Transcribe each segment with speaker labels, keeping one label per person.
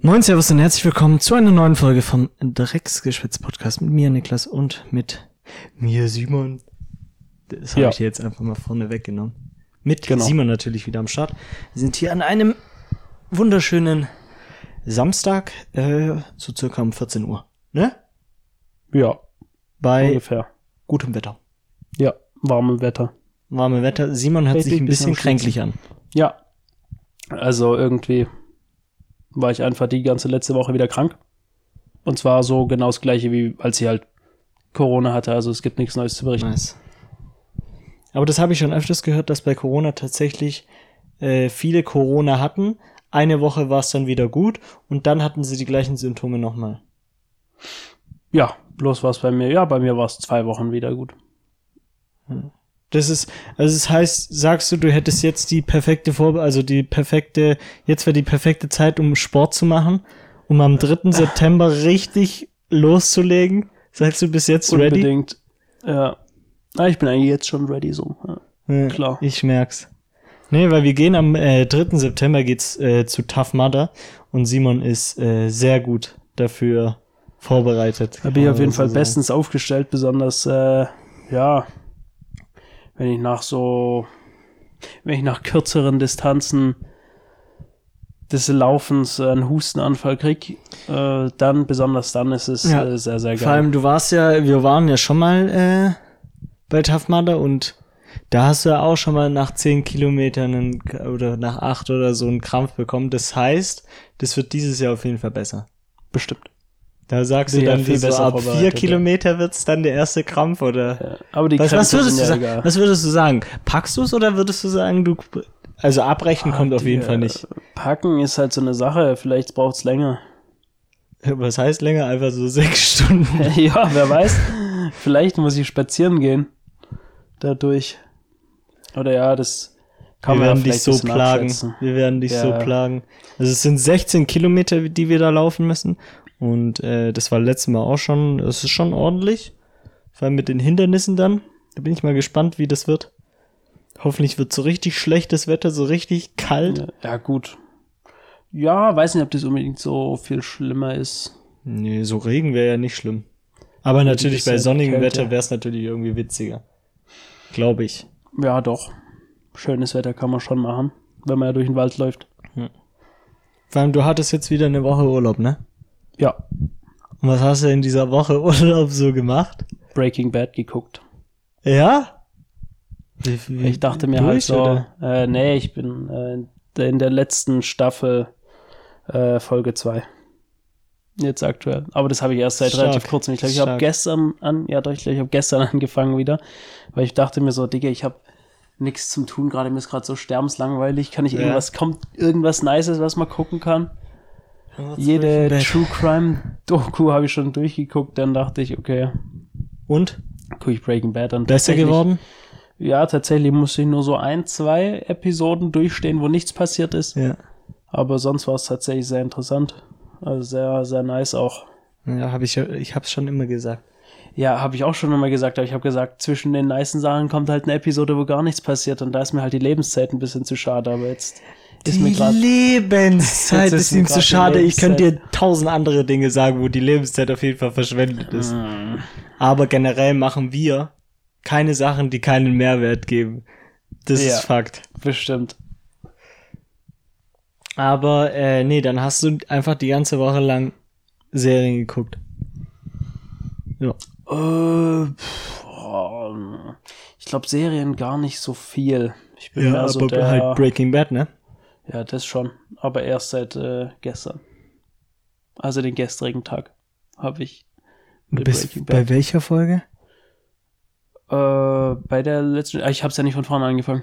Speaker 1: Moin, Servus und herzlich willkommen zu einer neuen Folge vom Drecksgeschwätz Podcast mit mir, Niklas, und mit mir, Simon. Das habe
Speaker 2: Ja.
Speaker 1: ich jetzt einfach mal vorne weggenommen. Mit
Speaker 2: Genau.
Speaker 1: Simon natürlich wieder am Start. Wir sind hier an einem wunderschönen Samstag, äh, so circa um 14 Uhr, ne?
Speaker 2: Ja,
Speaker 1: Bei
Speaker 2: ungefähr.
Speaker 1: gutem Wetter.
Speaker 2: Ja, warmem Wetter.
Speaker 1: Warme Wetter. Simon hört
Speaker 2: Richtig
Speaker 1: sich ein
Speaker 2: bisschen
Speaker 1: bisschen
Speaker 2: am Schwitzen.
Speaker 1: kränklich an.
Speaker 2: Ja. Also irgendwie war ich einfach die ganze letzte Woche wieder krank. Und zwar so genau das gleiche, wie als sie halt Corona hatte. Also es gibt nichts Neues zu berichten.
Speaker 1: Nice. Aber das habe ich schon öfters gehört, dass bei Corona tatsächlich äh, viele Corona hatten. Eine Woche war es dann wieder gut und dann hatten sie die gleichen Symptome nochmal.
Speaker 2: Ja, bloß war es bei mir. Ja, bei mir war es zwei Wochen wieder gut.
Speaker 1: Das ist, also es heißt, sagst du, du hättest jetzt die perfekte Vorbe also die perfekte, jetzt wäre die perfekte Zeit, um Sport zu machen, um am 3. September richtig loszulegen. Sagst du bis jetzt ready?
Speaker 2: Unbedingt. Ja. Ah, ich bin eigentlich jetzt schon ready so. Ja.
Speaker 1: Ja,
Speaker 2: Klar.
Speaker 1: Ich merk's. Nee, weil wir gehen am äh, 3. September geht's äh, zu Tough Mudder und Simon ist äh, sehr gut dafür vorbereitet.
Speaker 2: Da bin ich auf jeden Fall
Speaker 1: Also,
Speaker 2: bestens aufgestellt, besonders, äh, ja, wenn ich nach so, wenn ich nach kürzeren Distanzen des Laufens äh, einen Hustenanfall krieg, äh, dann, besonders dann ist es
Speaker 1: Ja.
Speaker 2: äh, sehr, sehr
Speaker 1: Vor
Speaker 2: geil.
Speaker 1: allem, du warst ja, wir waren ja schon mal äh, bei Tough Mudder und da hast du ja auch schon mal nach 10 Kilometern einen, K- oder nach 8 oder so einen Krampf bekommen. Das heißt, das wird dieses Jahr auf jeden Fall besser.
Speaker 2: Bestimmt.
Speaker 1: Da sagst du
Speaker 2: Bin ja
Speaker 1: dann,
Speaker 2: viel
Speaker 1: so
Speaker 2: besser
Speaker 1: ab 4
Speaker 2: vorbereitet, ja.
Speaker 1: Kilometer wird's dann der erste Krampf oder
Speaker 2: Ja. Äh, Aber die
Speaker 1: Was, was,
Speaker 2: Krämpfe
Speaker 1: würdest
Speaker 2: sind
Speaker 1: du
Speaker 2: ja
Speaker 1: sagen,
Speaker 2: egal.
Speaker 1: was würdest du sagen? Packst du es oder würdest du sagen, du. Also abbrechen kommt auf jeden
Speaker 2: Die,
Speaker 1: Fall
Speaker 2: äh,
Speaker 1: nicht.
Speaker 2: Packen ist halt so eine Sache, vielleicht braucht's länger.
Speaker 1: Was heißt länger? Einfach so sechs Stunden.
Speaker 2: ja, wer weiß. Vielleicht muss ich spazieren gehen. Dadurch. Oder ja, das kann
Speaker 1: Wir
Speaker 2: man ja
Speaker 1: werden dich
Speaker 2: vielleicht ein
Speaker 1: so
Speaker 2: bisschen
Speaker 1: plagen.
Speaker 2: abschätzen.
Speaker 1: Wir werden dich so
Speaker 2: Ja.
Speaker 1: plagen. Also es sind 16 Kilometer, die wir da laufen müssen. Und äh, das war letztes Mal auch schon. Es ist schon ordentlich. Vor allem mit den Hindernissen dann. Da bin ich mal gespannt, wie das wird. Hoffentlich wird so richtig schlechtes Wetter, so richtig kalt.
Speaker 2: Ja, gut. Ja, weiß nicht, ob das unbedingt so viel schlimmer ist.
Speaker 1: Nee, so Regen wäre ja nicht schlimm. Aber natürlich bei
Speaker 2: bisschen
Speaker 1: sonnigem
Speaker 2: Kälte.
Speaker 1: Wetter wäre es natürlich irgendwie witziger. Glaube ich.
Speaker 2: Ja, doch. Schönes Wetter kann man schon machen, wenn man ja durch den Wald läuft.
Speaker 1: Vor allem, du hattest jetzt wieder eine Woche Urlaub, ne?
Speaker 2: Ja,
Speaker 1: Und was hast du in dieser Woche Urlaub so gemacht?
Speaker 2: Breaking Bad geguckt.
Speaker 1: Ja? Wie- wie-
Speaker 2: Ich dachte mir
Speaker 1: Hm, durch,
Speaker 2: halt so,
Speaker 1: oder?
Speaker 2: äh, nee, ich bin äh, in der- in der letzten Staffel äh, Folge 2. Jetzt aktuell. Aber das habe ich erst seit
Speaker 1: Stark.
Speaker 2: relativ kurzem. Ich glaube, ich habe
Speaker 1: Stark.
Speaker 2: gestern an, ja doch, ich glaube, ich habe gestern angefangen wieder, weil ich dachte mir so, Digga, ich habe nichts zum Tun gerade, mir ist gerade so sterbenslangweilig, kann ich
Speaker 1: Ja.
Speaker 2: irgendwas, kommt irgendwas Nices, was man gucken kann? Jede True Crime Doku habe ich schon durchgeguckt, dann dachte ich, okay,
Speaker 1: Und?
Speaker 2: gucke ich Breaking Bad an.
Speaker 1: Besser
Speaker 2: Tatsächlich-
Speaker 1: geworden?
Speaker 2: ja, tatsächlich musste ich nur so ein, zwei Episoden durchstehen, wo nichts passiert ist.
Speaker 1: Ja.
Speaker 2: Aber sonst war es tatsächlich sehr interessant. Also sehr, sehr nice auch.
Speaker 1: Ja, hab ich, ja- ich hab's schon immer gesagt.
Speaker 2: Ja, habe ich auch schon immer gesagt, aber ich habe gesagt, zwischen den nicen Sachen kommt halt eine Episode, wo gar nichts passiert und da ist mir halt die Lebenszeit ein bisschen zu schade, aber jetzt ist mir
Speaker 1: die
Speaker 2: gerade
Speaker 1: Lebenszeit
Speaker 2: Jetzt ist
Speaker 1: ist
Speaker 2: mir
Speaker 1: ihm zu
Speaker 2: grad die
Speaker 1: schade. Ich könnte dir
Speaker 2: Lebenszeit.
Speaker 1: tausend andere Dinge sagen, wo die Lebenszeit auf jeden Fall verschwendet ist.
Speaker 2: Ah.
Speaker 1: Aber generell machen wir keine Sachen, die keinen Mehrwert geben. Das
Speaker 2: Ja.
Speaker 1: ist Fakt.
Speaker 2: bestimmt.
Speaker 1: Aber äh, nee, dann hast du einfach die ganze Woche lang Serien geguckt. Ja.
Speaker 2: Äh, pff, oh, ich glaube Serien gar nicht so viel. Ich bin mehr so also der,
Speaker 1: Breaking Bad, ne?
Speaker 2: Ja, das schon. Aber erst seit äh, gestern. Also den gestrigen Tag habe ich mit
Speaker 1: Bis
Speaker 2: Breaking
Speaker 1: bei
Speaker 2: Bad.
Speaker 1: welcher Folge?
Speaker 2: Bei, äh, bei der letzten. Ah, Ich habe es ja nicht von vorne angefangen.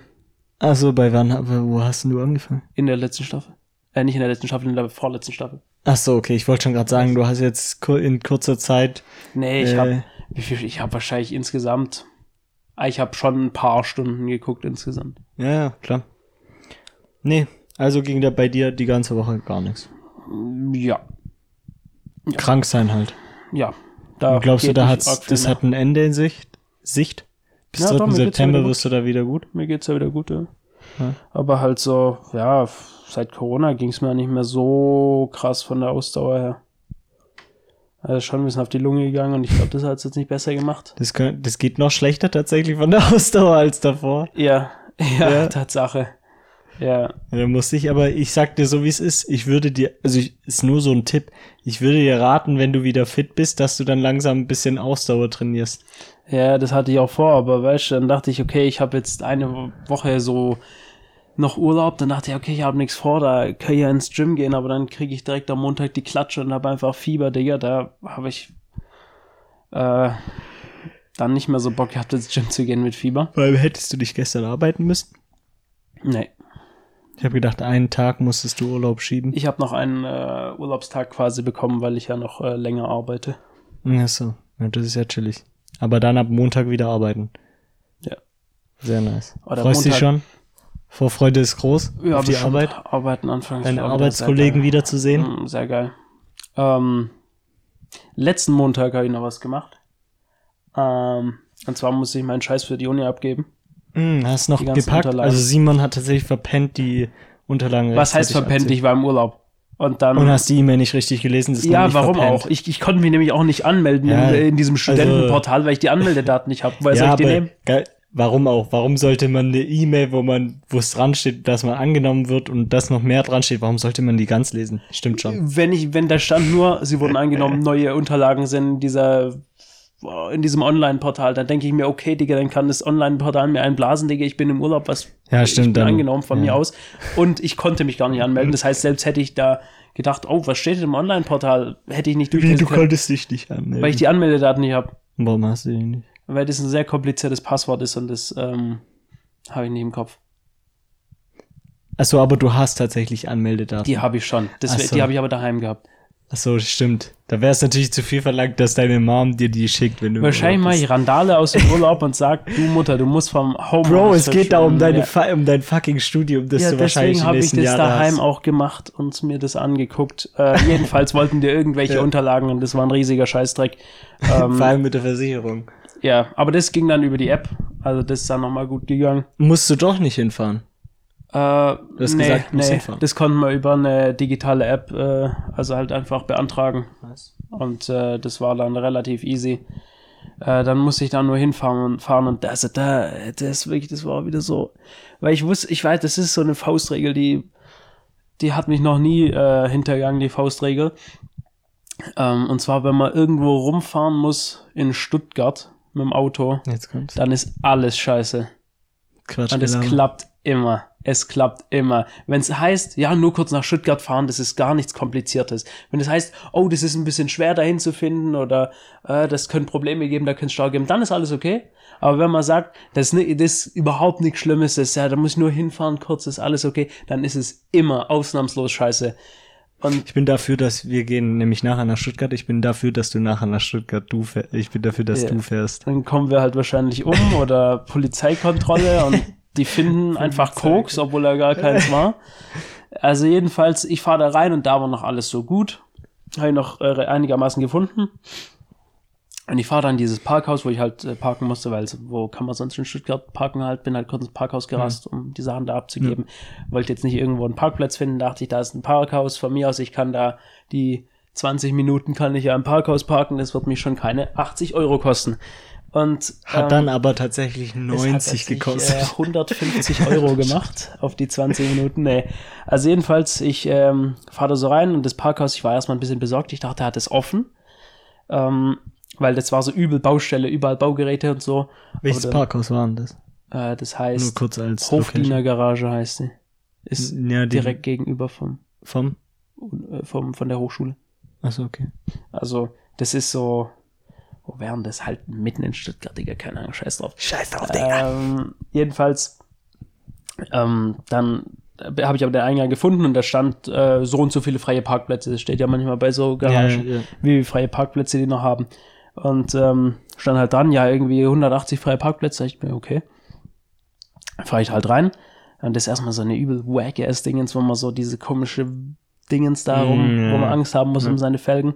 Speaker 1: Achso, bei wann, aber wo hast denn du angefangen?
Speaker 2: In der letzten Staffel. Äh, nicht in der letzten Staffel, in der vorletzten Staffel.
Speaker 1: Achso, okay, ich wollte schon gerade sagen, du hast jetzt kur- in kurzer Zeit
Speaker 2: Nee, ich
Speaker 1: Äh.
Speaker 2: habe. Wie viel? Ich habe wahrscheinlich insgesamt. Ah, Ich habe schon ein paar Stunden geguckt insgesamt.
Speaker 1: Ja, ja, klar. Nee, also ging da bei dir die ganze Woche gar nichts.
Speaker 2: Ja,
Speaker 1: Krank sein halt.
Speaker 2: ja. Da
Speaker 1: Und glaubst du,
Speaker 2: geht
Speaker 1: da
Speaker 2: nicht
Speaker 1: hat's,
Speaker 2: arg viel
Speaker 1: das
Speaker 2: mehr.
Speaker 1: hat ein Ende in Sicht? Sicht? Bis
Speaker 2: Ja,
Speaker 1: 3.
Speaker 2: doch, mir geht's ja
Speaker 1: September
Speaker 2: wieder
Speaker 1: wirst du da wieder gut.
Speaker 2: Mir geht's ja wieder gut. Ja.
Speaker 1: Ja.
Speaker 2: Aber halt so, ja, f- seit Corona ging es mir nicht mehr so krass von der Ausdauer her. Also schon ein bisschen auf die Lunge gegangen und ich glaube, das hat es jetzt nicht besser gemacht.
Speaker 1: Das, kann, das geht noch schlechter tatsächlich von der Ausdauer als davor.
Speaker 2: Ja, ja,
Speaker 1: Ja.
Speaker 2: Tatsache. Ja,
Speaker 1: Ja, Da musste ich, aber ich sag dir so, wie es ist. Ich würde dir, also ich, ist nur so ein Tipp. Ich würde dir raten, wenn du wieder fit bist, dass du dann langsam ein bisschen Ausdauer trainierst.
Speaker 2: ja, das hatte ich auch vor, aber weißt du, dann dachte ich, okay, ich habe jetzt eine Woche so noch Urlaub, dann dachte ich, okay, ich habe nichts vor, da kann ich ja ins Gym gehen, aber dann kriege ich direkt am Montag die Klatsche und habe einfach Fieber, Digga, da habe ich äh, dann nicht mehr so Bock gehabt, ins Gym zu gehen mit Fieber.
Speaker 1: Weil hättest du dich gestern arbeiten müssen?
Speaker 2: Nee,
Speaker 1: Ich habe gedacht, einen Tag musstest du Urlaub schieben.
Speaker 2: ich habe noch einen äh, Urlaubstag quasi bekommen, weil ich ja noch äh, länger arbeite.
Speaker 1: Ach so, ja, das ist ja chillig. Aber dann ab Montag wieder arbeiten.
Speaker 2: Ja.
Speaker 1: Sehr nice.
Speaker 2: Oder
Speaker 1: Freust dich
Speaker 2: Montag-
Speaker 1: schon? Vorfreude ist groß auf die
Speaker 2: bestimmt.
Speaker 1: Arbeit,
Speaker 2: Arbeiten anfangen.
Speaker 1: deine Arbeitskollegen wiederzusehen.
Speaker 2: Mm, Sehr geil. Ähm, letzten Montag habe ich noch was gemacht. Ähm, und zwar musste ich meinen Scheiß für die Uni abgeben.
Speaker 1: Hm, hast noch
Speaker 2: Mhm. Die ganzen
Speaker 1: gepackt?
Speaker 2: Unterlagen.
Speaker 1: Also Simon hat tatsächlich verpennt die Unterlagen.
Speaker 2: was heißt
Speaker 1: rechtzeitig
Speaker 2: verpennt?
Speaker 1: abzu-
Speaker 2: Ich war im Urlaub. Und dann.
Speaker 1: Und hast die E-Mail nicht richtig gelesen? Das ist
Speaker 2: ja,
Speaker 1: nämlich
Speaker 2: warum
Speaker 1: verpennt.
Speaker 2: auch? Ich, ich konnte mich nämlich auch nicht anmelden
Speaker 1: Ja,
Speaker 2: in, in diesem
Speaker 1: also-
Speaker 2: Studentenportal, weil ich die Anmeldedaten nicht habe. Weil soll
Speaker 1: Ja,
Speaker 2: ich die
Speaker 1: aber
Speaker 2: nehmen?
Speaker 1: geil, warum auch? Warum sollte man eine E-Mail, wo man, wo es dran steht, dass man angenommen wird und dass noch mehr dran steht, warum sollte man die ganz lesen? Stimmt schon.
Speaker 2: Wenn ich, wenn da stand nur, sie wurden angenommen, neue Unterlagen sind in dieser in diesem Online-Portal, dann denke ich mir, okay, Digga, dann kann das Online-Portal mir einblasen, Digga, ich bin im Urlaub, was
Speaker 1: Ja,
Speaker 2: ich
Speaker 1: stimmt,
Speaker 2: bin
Speaker 1: dann-
Speaker 2: angenommen von
Speaker 1: ja.
Speaker 2: mir aus und ich konnte mich gar nicht anmelden. Das heißt, selbst hätte ich da gedacht, oh, was steht denn im Online-Portal, hätte ich nicht durchlesen können,
Speaker 1: konntest dich nicht anmelden.
Speaker 2: weil ich die Anmeldedaten nicht habe,
Speaker 1: warum hast du die nicht?
Speaker 2: weil das ein sehr kompliziertes Passwort ist und das ähm, habe ich nicht im Kopf.
Speaker 1: Achso, aber du hast tatsächlich Anmeldedaten.
Speaker 2: Die habe ich schon, das,
Speaker 1: Ach so.
Speaker 2: die habe ich aber daheim gehabt.
Speaker 1: Achso, stimmt. Da wäre es natürlich zu viel verlangt, dass deine Mom dir die schickt, wenn du. im
Speaker 2: Wahrscheinlich
Speaker 1: Urlaub
Speaker 2: mache
Speaker 1: bist.
Speaker 2: ich Randale aus dem Urlaub und sag, du Mutter, du musst vom Home
Speaker 1: Bro, es
Speaker 2: Office
Speaker 1: geht da um, deine,
Speaker 2: verschwinden.
Speaker 1: Fa- um dein fucking Studium, das
Speaker 2: Ja,
Speaker 1: du wahrscheinlich
Speaker 2: deswegen
Speaker 1: die
Speaker 2: habe ich
Speaker 1: nächsten
Speaker 2: das
Speaker 1: Jahre
Speaker 2: daheim
Speaker 1: hast.
Speaker 2: auch gemacht und mir das angeguckt. Äh, jedenfalls wollten die irgendwelche
Speaker 1: Ja.
Speaker 2: Unterlagen und das war ein riesiger Scheißdreck. Ähm,
Speaker 1: Vor allem mit der Versicherung.
Speaker 2: ja, aber das ging dann über die App. Also das ist dann nochmal gut gegangen.
Speaker 1: Musst du doch nicht hinfahren.
Speaker 2: Äh, du
Speaker 1: hast
Speaker 2: nee,
Speaker 1: gesagt, du musst
Speaker 2: nee,
Speaker 1: hinfahren.
Speaker 2: das konnten wir über eine digitale App, äh, also halt einfach beantragen. Und äh, das war dann relativ easy. Äh, dann musste ich da nur hinfahren und fahren und das, da, das wirklich, das war wieder so. Weil ich wusste, ich weiß, das ist so eine Faustregel, die, die hat mich noch nie äh, hintergangen, die Faustregel. Ähm, und zwar, wenn man irgendwo rumfahren muss in Stuttgart mit dem Auto,
Speaker 1: Jetzt kommt's.
Speaker 2: dann ist alles scheiße.
Speaker 1: Quatsch. genau.
Speaker 2: Und es
Speaker 1: Gelaber.
Speaker 2: klappt immer. Es klappt immer. Wenn es heißt, ja, nur kurz nach Stuttgart fahren, das ist gar nichts Kompliziertes. Wenn es heißt, oh, das ist ein bisschen schwer dahin zu finden oder äh, das können Probleme geben, da können Stau geben, dann ist alles okay. Aber wenn man sagt, das ist, ni- das ist überhaupt nichts Schlimmes, das ist, ja, da muss ich nur hinfahren, kurz ist alles okay, dann ist es immer ausnahmslos scheiße. Und
Speaker 1: Ich bin dafür, dass wir gehen nämlich nachher nach Stuttgart. Ich bin dafür, dass du nachher nach Stuttgart du fährst. Ich bin dafür, dass
Speaker 2: Ja.
Speaker 1: du fährst.
Speaker 2: dann kommen wir halt wahrscheinlich um oder Polizeikontrolle und die finden einfach Koks, obwohl er gar keins war. Also jedenfalls, ich fahre da rein und da war noch alles so gut. Habe ich noch äh, einigermaßen gefunden. Und ich fahre dann in dieses Parkhaus, wo ich halt äh, parken musste, weil so- wo kann man sonst in Stuttgart parken halt, bin halt kurz ins Parkhaus gerast, um die Sachen da abzugeben. Wollte jetzt nicht irgendwo einen Parkplatz finden, dachte ich, da ist ein Parkhaus von mir aus, ich kann da die 20 Minuten kann ich ja im Parkhaus parken, das wird mich schon keine 80 Euro kosten. Und
Speaker 1: Hat
Speaker 2: ähm,
Speaker 1: dann aber tatsächlich
Speaker 2: es
Speaker 1: 90
Speaker 2: hat
Speaker 1: gekostet.
Speaker 2: Äh, 150 Euro gemacht auf die 20 Minuten. Nee. Also jedenfalls, ich ähm, fahre da so rein und das Parkhaus, ich war erstmal ein bisschen besorgt. Ich dachte, er hat es offen. Ähm, weil das war so übel Baustelle, überall Baugeräte und so.
Speaker 1: Welches
Speaker 2: Aber
Speaker 1: Parkhaus war denn das?
Speaker 2: dann, Äh, das
Speaker 1: Nur
Speaker 2: heißt
Speaker 1: kurz als Location.
Speaker 2: Hofdiener Garage heißt sie. Ist
Speaker 1: Ja, die-
Speaker 2: direkt gegenüber vom,
Speaker 1: Vom?
Speaker 2: äh, vom, von der Hochschule.
Speaker 1: Achso, okay.
Speaker 2: Also, das ist so, wo wären das halt mitten in Stuttgart, Digga, keine Ahnung, scheiß drauf.
Speaker 1: Scheiß drauf,
Speaker 2: Ähm, jedenfalls, ähm, dann habe ich aber den Eingang gefunden und da stand äh, so und so viele freie Parkplätze. Das steht ja manchmal bei so
Speaker 1: Ja,
Speaker 2: Garagen,
Speaker 1: ja.
Speaker 2: wie viele freie Parkplätze die noch haben. Und ähm, stand halt dran, ja, irgendwie 180 freie Parkplätze. Ich mir, okay. Fahre ich halt rein. Und das ist erstmal so eine übel wacke ass Dingens, wo man so diese komische Dingens da rum,
Speaker 1: Mm, ja.
Speaker 2: wo man Angst haben muss um seine Felgen.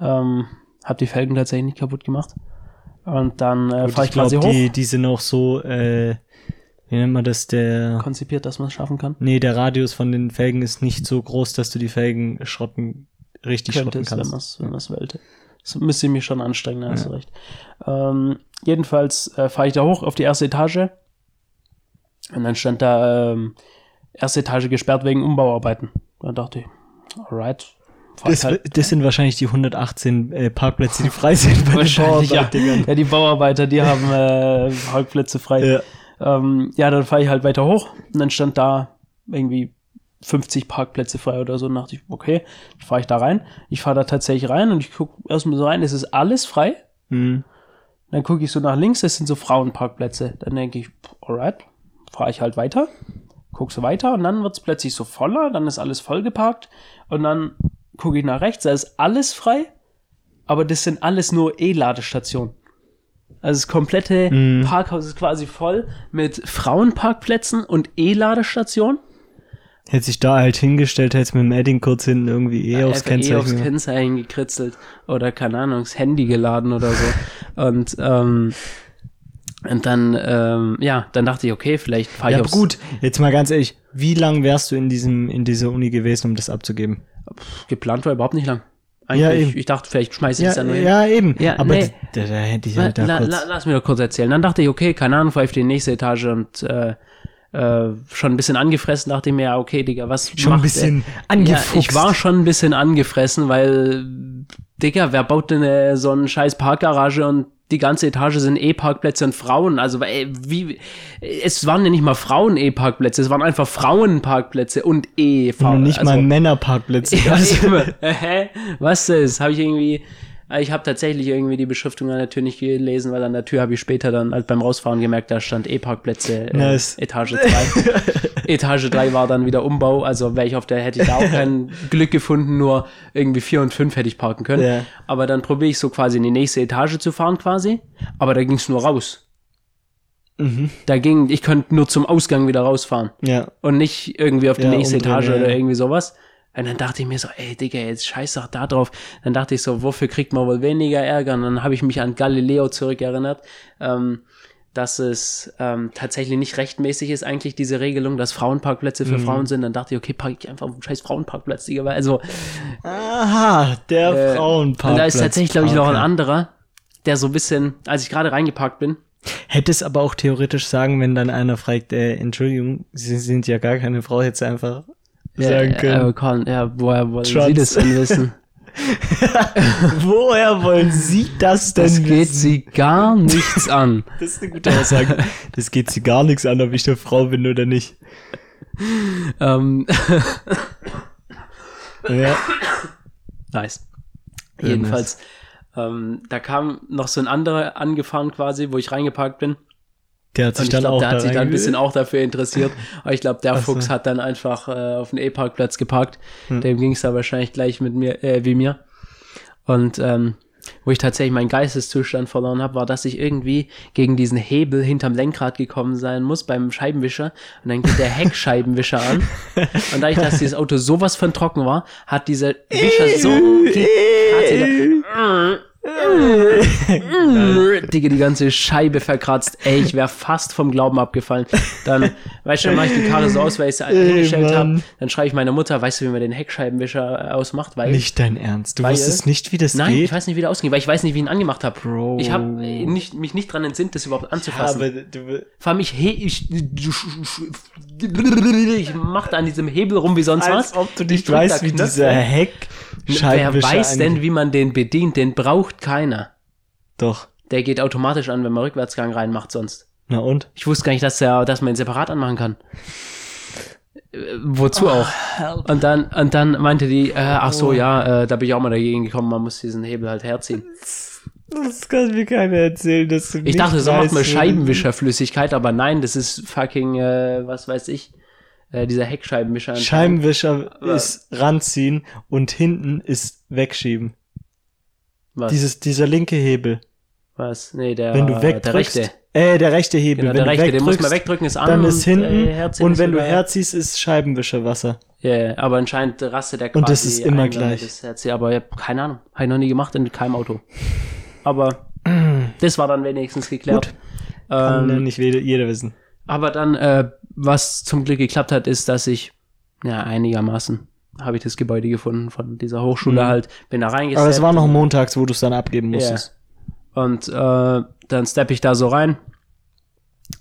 Speaker 2: Ähm, hab die Felgen tatsächlich nicht kaputt gemacht. Und dann äh,
Speaker 1: Gut,
Speaker 2: fahre
Speaker 1: ich
Speaker 2: ich quasi
Speaker 1: glaube,
Speaker 2: hoch.
Speaker 1: die, die sind auch so äh, wie nennt man das, der,
Speaker 2: konzipiert, dass man es schaffen kann.
Speaker 1: nee, der Radius von den Felgen ist nicht so groß, dass du die Felgen schrotten, richtig
Speaker 2: könnte
Speaker 1: schrotten
Speaker 2: es, wenn
Speaker 1: kannst.
Speaker 2: man es wenn man's wollte. Das müsste ich mich schon anstrengen, da hast du recht. Ähm, jedenfalls äh, fahre ich da hoch auf die erste Etage. Und dann stand da ähm, erste Etage gesperrt wegen Umbauarbeiten. Dann dachte ich, alright, fahr ich halt
Speaker 1: Das, das sind wahrscheinlich die 118 äh, Parkplätze, die frei sind bei den
Speaker 2: Wahrscheinlich, ja.
Speaker 1: Bauarbeitern.
Speaker 2: ja, die Bauarbeiter, die haben äh, Parkplätze frei.
Speaker 1: Ja.
Speaker 2: Ähm, ja, dann fahre ich halt weiter hoch und dann stand da irgendwie 50 Parkplätze frei oder so. Und dachte ich, okay, dann fahre ich da rein. Ich fahre da tatsächlich rein und ich gucke erstmal so rein, es ist alles frei.
Speaker 1: Mhm.
Speaker 2: Dann gucke ich so nach links, das sind so Frauenparkplätze. Dann denke ich, pff, alright, fahre ich halt weiter, gucke so weiter und dann wird es plötzlich so voller, dann ist alles vollgeparkt und dann gucke ich nach rechts, da ist alles frei, aber das sind alles nur E-Ladestationen. Also das komplette
Speaker 1: Mhm.
Speaker 2: Parkhaus ist quasi voll mit Frauenparkplätzen und E-Ladestationen.
Speaker 1: Hätte sich da halt hingestellt, hätte es mit dem Edding kurz hinten irgendwie eh aufs
Speaker 2: Einfach eh aufs
Speaker 1: Kennzeichen. gemacht.
Speaker 2: Kennzeichen gekritzelt oder keine Ahnung, das Handy geladen oder so. Und, ähm, und dann, ähm, ja, dann dachte ich, okay, vielleicht fahre ich
Speaker 1: ja, aber
Speaker 2: aufs,
Speaker 1: gut, jetzt mal ganz ehrlich, wie lang wärst du in diesem, in dieser Uni gewesen, um das abzubgeben?
Speaker 2: Geplant war überhaupt nicht lang.
Speaker 1: Ja,
Speaker 2: Eigentlich,
Speaker 1: eben.
Speaker 2: ich dachte, vielleicht schmeiße ich
Speaker 1: Ja,
Speaker 2: es dann nur hin.
Speaker 1: ja, eben.
Speaker 2: Ja,
Speaker 1: aber
Speaker 2: nee.
Speaker 1: da, da hätte ich
Speaker 2: La,
Speaker 1: halt da
Speaker 2: la,
Speaker 1: kurz.
Speaker 2: la, lass mir doch kurz erzählen. Dann dachte ich, okay, keine Ahnung, fahre ich auf die nächste Etage und äh, äh, schon ein bisschen angefressen, dachte ich mir, ja, okay, Digga, was
Speaker 1: schon ein
Speaker 2: macht
Speaker 1: bisschen
Speaker 2: der? Ja,
Speaker 1: angefuchst.
Speaker 2: ich war schon ein bisschen angefressen, weil, Digga, wer baut denn äh, so einen scheiß Parkgarage und die ganze Etage sind E-Parkplätze und Frauen, also äh, wie, es waren ja nicht mal Frauen-E-Parkplätze, es waren einfach Frauen-Parkplätze und E-Fahr-
Speaker 1: und nicht
Speaker 2: also,
Speaker 1: mal Männerparkplätze.
Speaker 2: ja,
Speaker 1: Also,
Speaker 2: eben. Hä? Was ist? Habe ich irgendwie. Ah, Ich habe tatsächlich irgendwie die Beschriftung an der Tür nicht gelesen, weil an der Tür habe ich später dann halt beim Rausfahren gemerkt, da stand E-Parkplätze, äh,
Speaker 1: Nice.
Speaker 2: Etage 3. Etage 3 war dann wieder Umbau, also wäre ich auf der, hätte ich da auch kein Glück gefunden, nur irgendwie 4 und 5 hätte ich parken können.
Speaker 1: Ja.
Speaker 2: Aber dann probiere ich so quasi in die nächste Etage zu fahren quasi, aber da ging es nur raus.
Speaker 1: Mhm.
Speaker 2: Da ging, ich könnte nur zum Ausgang wieder rausfahren
Speaker 1: ja.
Speaker 2: und nicht irgendwie auf die
Speaker 1: Ja,
Speaker 2: nächste
Speaker 1: umdrehen,
Speaker 2: Etage
Speaker 1: ja,
Speaker 2: oder
Speaker 1: ja.
Speaker 2: irgendwie sowas. Und dann dachte ich mir so, ey, Digga, jetzt scheiß doch da drauf. Dann dachte ich so, wofür kriegt man wohl weniger Ärger? Und dann habe ich mich an Galileo zurückerinnert, ähm, dass es ähm, tatsächlich nicht rechtmäßig ist, eigentlich diese Regelung, dass Frauenparkplätze für
Speaker 1: Mhm.
Speaker 2: Frauen sind. Dann dachte ich, okay, park ich einfach auf einen scheiß Frauenparkplatz, Digga. weil- Also,
Speaker 1: Aha, der
Speaker 2: äh, und
Speaker 1: Frauenparkplatz.
Speaker 2: da ist tatsächlich, glaube ich, noch ein
Speaker 1: Okay.
Speaker 2: anderer, der so ein bisschen, als ich gerade reingeparkt bin,
Speaker 1: Hätte es aber auch theoretisch sagen, wenn dann einer fragt, äh, Entschuldigung, Sie sind ja gar keine Frau, hätte es einfach sagen
Speaker 2: äh,
Speaker 1: können.
Speaker 2: äh, Colin, ja, woher wollen Sie
Speaker 1: Trans.
Speaker 2: das denn wissen?
Speaker 1: Woher wollen Sie das denn
Speaker 2: Das geht
Speaker 1: wissen?
Speaker 2: Sie gar nichts an.
Speaker 1: Das ist eine gute Aussage. Das geht Sie gar nichts an, ob ich eine Frau bin oder nicht.
Speaker 2: Ähm,
Speaker 1: Ja.
Speaker 2: nice.
Speaker 1: Ja,
Speaker 2: Jedenfalls, ähm, da kam noch so ein anderer angefahren quasi, wo ich reingeparkt bin.
Speaker 1: Der hat
Speaker 2: Und
Speaker 1: sich
Speaker 2: ich
Speaker 1: dann
Speaker 2: glaube,
Speaker 1: auch
Speaker 2: der
Speaker 1: da
Speaker 2: hat sich dann ein bisschen
Speaker 1: reingewählt.
Speaker 2: auch dafür interessiert. Aber ich glaube, der
Speaker 1: Ach so. Hm.
Speaker 2: Fuchs hat dann einfach äh, auf den E-Parkplatz geparkt. Dem ging es da wahrscheinlich gleich mit mir, äh, wie mir. Und ähm, wo ich tatsächlich meinen Geisteszustand verloren habe, war, dass ich irgendwie gegen diesen Hebel hinterm Lenkrad gekommen sein muss beim Scheibenwischer. Und dann geht der Heckscheibenwischer an. Und da ich, dass dieses Auto sowas von trocken war, hat dieser Wischer so Digga, die ganze Scheibe verkratzt. Ey, ich wäre fast vom Glauben abgefallen. Dann, weißt du, dann mache ich die Karre so aus, weil ich sie hingestellt habe.
Speaker 1: Mann.
Speaker 2: Dann schreibe ich meiner Mutter, weißt du, wie man den Heckscheibenwischer äh, ausmacht? Weil
Speaker 1: Nicht dein Ernst. Du
Speaker 2: Weil- äh,
Speaker 1: wusstest nicht, wie das
Speaker 2: Nein,
Speaker 1: geht?
Speaker 2: ich weiß nicht, wie der ausging, weil ich weiß nicht, wie ich ihn angemacht habe.
Speaker 1: Bro.
Speaker 2: Ich habe nicht, mich nicht dran entsinnt, das überhaupt anzufassen.
Speaker 1: aber du,
Speaker 2: Vor allem, ich, he ich, ich mach da an diesem Hebel rum wie sonst
Speaker 1: als
Speaker 2: was.
Speaker 1: ob du
Speaker 2: Ich
Speaker 1: nicht
Speaker 2: drück
Speaker 1: weißt,
Speaker 2: da
Speaker 1: wie
Speaker 2: Knöpfe.
Speaker 1: dieser Heck
Speaker 2: Wer weiß denn, wie man den bedient? Den braucht keiner.
Speaker 1: Doch.
Speaker 2: Der geht automatisch an, wenn man Rückwärtsgang reinmacht sonst.
Speaker 1: Na und?
Speaker 2: Ich wusste gar nicht, dass, der, dass man ihn separat anmachen kann. Äh,
Speaker 1: Oh,
Speaker 2: Wozu auch? Und dann, und dann meinte die, äh, ach so, ja, äh, da bin ich auch mal dagegen gekommen, man muss diesen Hebel halt herziehen.
Speaker 1: Das kann mir keiner erzählen, dass du
Speaker 2: Ich dachte, so macht man
Speaker 1: Scheibenwischer.
Speaker 2: Scheibenwischerflüssigkeit, aber nein, das ist fucking, äh, was weiß ich, äh, dieser Heckscheibenwischer. anscheinend.
Speaker 1: Scheibenwischer ist ranziehen und hinten ist wegschieben.
Speaker 2: was,
Speaker 1: Dieses, dieser linke Hebel.
Speaker 2: was? Nee, der,
Speaker 1: Wenn du
Speaker 2: der
Speaker 1: wegdrückst.
Speaker 2: rechte.
Speaker 1: Äh, der rechte Hebel.
Speaker 2: Genau,
Speaker 1: wenn
Speaker 2: der
Speaker 1: du
Speaker 2: rechte, den muss
Speaker 1: wegdrückst,
Speaker 2: man wegdrücken, ist an.
Speaker 1: Dann
Speaker 2: und,
Speaker 1: ist hinten
Speaker 2: äh, herziehen
Speaker 1: und
Speaker 2: ist
Speaker 1: wenn du
Speaker 2: überall.
Speaker 1: herziehst, ist Scheibenwischerwasser.
Speaker 2: Ja, ja, aber anscheinend rastet der quasi
Speaker 1: Und das ist immer
Speaker 2: ein, wenn man
Speaker 1: gleich.
Speaker 2: Das herz, aber ja, keine Ahnung, habe ich noch nie gemacht in keinem Auto. Aber das war dann wenigstens geklärt.
Speaker 1: Kann ja
Speaker 2: Ähm,
Speaker 1: nicht jeder, jeder wissen.
Speaker 2: Aber dann, äh, was zum Glück geklappt hat, ist, dass ich, ja, einigermaßen habe ich das Gebäude gefunden von dieser Hochschule
Speaker 1: Mhm.
Speaker 2: halt, bin da reingesetzt.
Speaker 1: Aber es war noch montags, wo du es dann abgeben musstest.
Speaker 2: Und äh, dann steppe ich da so rein.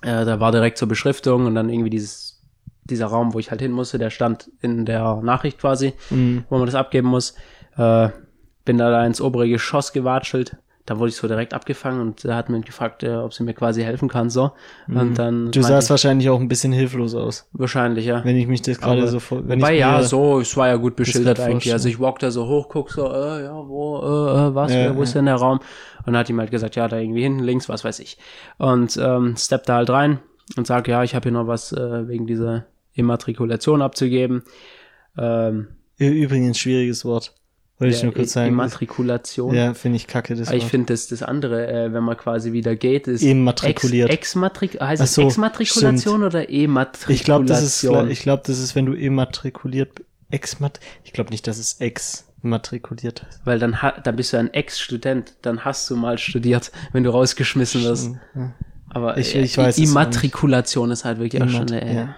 Speaker 2: Äh, da war direkt zur Beschriftung und dann irgendwie dieses, dieser Raum, wo ich halt hin musste, der stand in der Nachricht quasi,
Speaker 1: Mhm.
Speaker 2: wo man das abgeben muss. Äh, bin da, da ins obere Geschoss gewatschelt. Da wurde ich so direkt abgefangen und da hat man gefragt, äh, ob sie mir quasi helfen kann. so. Und dann
Speaker 1: Mhm. Du
Speaker 2: meinte
Speaker 1: sahst
Speaker 2: ich,
Speaker 1: wahrscheinlich auch ein bisschen hilflos aus,
Speaker 2: wahrscheinlich, ja.
Speaker 1: wenn ich mich das gerade
Speaker 2: Aber-
Speaker 1: so vor. wenn
Speaker 2: Wobei,
Speaker 1: ich's
Speaker 2: ja,
Speaker 1: mir-
Speaker 2: so, es war ja gut beschildert
Speaker 1: grad
Speaker 2: eigentlich. Also
Speaker 1: vorstellen.
Speaker 2: ich walk da so hoch, guck so, äh, ja, wo, äh, äh, was,
Speaker 1: Ja,
Speaker 2: äh, wo ist
Speaker 1: ja.
Speaker 2: denn der Raum? Und dann hat ihm halt gesagt, ja, da irgendwie hinten links, was weiß ich. Und ähm, step da halt rein und sag, ja, ich habe hier noch was äh, wegen dieser Immatrikulation abzugeben. Ähm,
Speaker 1: Ü- Übrigens, schwieriges Wort. Wollte ich
Speaker 2: ja,
Speaker 1: nur kurz
Speaker 2: I-
Speaker 1: sagen.
Speaker 2: Immatrikulation.
Speaker 1: Ja, finde ich kacke, das
Speaker 2: Aber ich
Speaker 1: Wort.
Speaker 2: finde das, das andere, äh, wenn man quasi wieder geht, ist
Speaker 1: Immatrikuliert.
Speaker 2: Ex, Exmatrik heißt
Speaker 1: Ach
Speaker 2: es
Speaker 1: so,
Speaker 2: Exmatrikulation oder E-Matrikulation?
Speaker 1: Ich glaube, das ist, ich glaube, das ist, wenn du immatrikuliert, exmat, ich glaube nicht, dass es exmatrikuliert heißt.
Speaker 2: Weil dann, ha- dann bist du ein Ex-Student, dann hast du mal studiert, wenn du rausgeschmissen wirst.
Speaker 1: Hm, Ja.
Speaker 2: Aber
Speaker 1: Ich-
Speaker 2: äh,
Speaker 1: ich weiß es auch
Speaker 2: Immatrikulation ist halt wirklich auch schon
Speaker 1: Immat-
Speaker 2: äh,
Speaker 1: ja. Genau.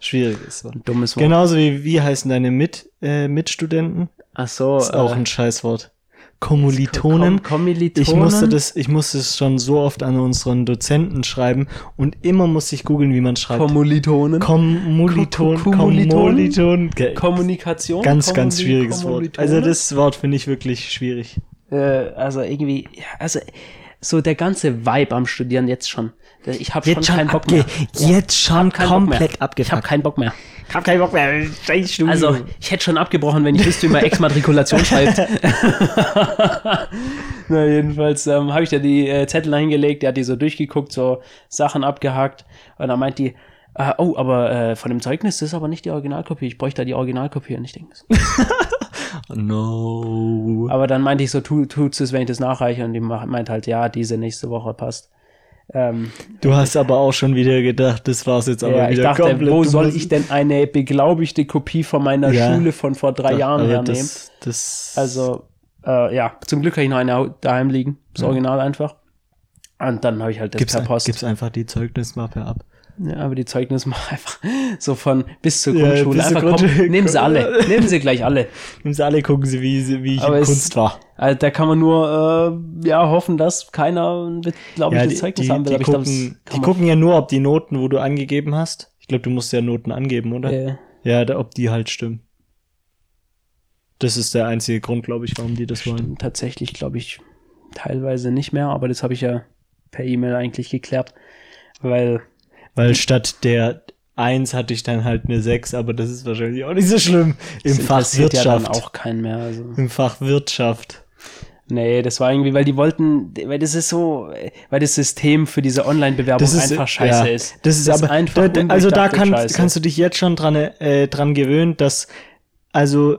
Speaker 1: Schwieriges Wort.
Speaker 2: ein dummes Wort.
Speaker 1: Genauso wie, wie heißen deine Mit, äh, Mitstudenten?
Speaker 2: Ach so,
Speaker 1: Ist auch
Speaker 2: äh,
Speaker 1: ein Scheißwort. Kommilitonen.
Speaker 2: Kom Kommilitonen.
Speaker 1: Ich musste das, ich musste es schon so oft an unseren Dozenten schreiben und immer musste ich googeln, wie man schreibt.
Speaker 2: Kommilitonen.
Speaker 1: Kommilitonen.
Speaker 2: Ko- Kommilitonen?
Speaker 1: Kommilitonen. Ge-
Speaker 2: Kommunikation.
Speaker 1: Ganz,
Speaker 2: Kommili-
Speaker 1: ganz schwieriges Wort.
Speaker 2: Kommilitonen?
Speaker 1: Also das Wort finde ich wirklich schwierig.
Speaker 2: Äh, also irgendwie, ja, also so der ganze Vibe am Studieren jetzt schon. Ich habe schon keinen Bock mehr.
Speaker 1: Jetzt schon
Speaker 2: Keinen Bock mehr. Ich habe keinen Bock mehr.
Speaker 1: Ich hab keinen Bock mehr. Scheiß Studium.
Speaker 2: Also, ich hätte schon abgebrochen, wenn ich wüsste, wie man Exmatrikulation schreibt. Na, jedenfalls ähm, habe ich da die äh, Zettel hingelegt, der hat die so durchgeguckt, so Sachen abgehakt. Und dann meint die, äh, oh, aber äh, von dem Zeugnis, das ist aber nicht die Originalkopie. Ich bräuchte da die Originalkopie. Und ich denke,
Speaker 1: no.
Speaker 2: aber dann meinte ich so, tu, tut's es, wenn ich das nachreiche. Und die mach- meint halt, ja, diese nächste Woche passt. Ähm,
Speaker 1: Du hast aber auch schon wieder gedacht, das war's jetzt aber
Speaker 2: ja,
Speaker 1: wieder
Speaker 2: ich dachte,
Speaker 1: komplett.
Speaker 2: wo
Speaker 1: Du
Speaker 2: soll
Speaker 1: musst-
Speaker 2: ich denn eine beglaubigte Kopie von meiner
Speaker 1: Ja.
Speaker 2: Schule von vor drei
Speaker 1: Doch,
Speaker 2: Jahren
Speaker 1: aber
Speaker 2: hernehmen?
Speaker 1: Das, das
Speaker 2: Also, äh, ja, zum Glück habe ich noch eine hau- daheim liegen. Das Original einfach. Und dann habe ich halt das
Speaker 1: gib's,
Speaker 2: per Post.
Speaker 1: gib's einfach die Zeugnismappe ab.
Speaker 2: Ja, aber die Zeugnis mach einfach so von bis zur
Speaker 1: Ja,
Speaker 2: Grundschule.
Speaker 1: bis zur
Speaker 2: einfach komm,
Speaker 1: Grundschule.
Speaker 2: nehmen sie alle. nehmen sie gleich alle.
Speaker 1: Nimm's alle gucken sie, wie, sie- wie ich
Speaker 2: Aber
Speaker 1: in
Speaker 2: es-
Speaker 1: Kunst war.
Speaker 2: Also, da kann man nur äh, ja, hoffen, dass keiner, glaube ich,
Speaker 1: Ja,
Speaker 2: das Zeugnis haben will.
Speaker 1: die,
Speaker 2: aber
Speaker 1: gucken,
Speaker 2: ich glaube,
Speaker 1: die gucken ja nur, ob die Noten, wo du angegeben hast. Ich glaube, du musst ja Noten angeben, oder?
Speaker 2: äh,
Speaker 1: Ja, da, ob die halt stimmen. Das ist der einzige Grund, glaube ich, warum die das wollen.
Speaker 2: stimmt tatsächlich, glaube ich, teilweise nicht mehr. Aber das habe ich ja per E-Mail eigentlich geklärt. Weil
Speaker 1: Weil statt der 1 hatte ich dann halt eine 6, aber das ist wahrscheinlich auch nicht so schlimm. Im
Speaker 2: das
Speaker 1: Fach
Speaker 2: interessiert ja dann
Speaker 1: Wirtschaft.
Speaker 2: auch keinen mehr. Also.
Speaker 1: Im Fach Wirtschaft.
Speaker 2: Nee, das war irgendwie, weil die wollten, weil das ist so, weil das System für diese Online-Bewerbung einfach scheiße
Speaker 1: ja,
Speaker 2: ist.
Speaker 1: Das ist aber da,
Speaker 2: einfach
Speaker 1: da, also da
Speaker 2: undurchdachte
Speaker 1: kann,
Speaker 2: Scheiße.
Speaker 1: kannst du dich jetzt schon dran, äh, dran gewöhnen, dass also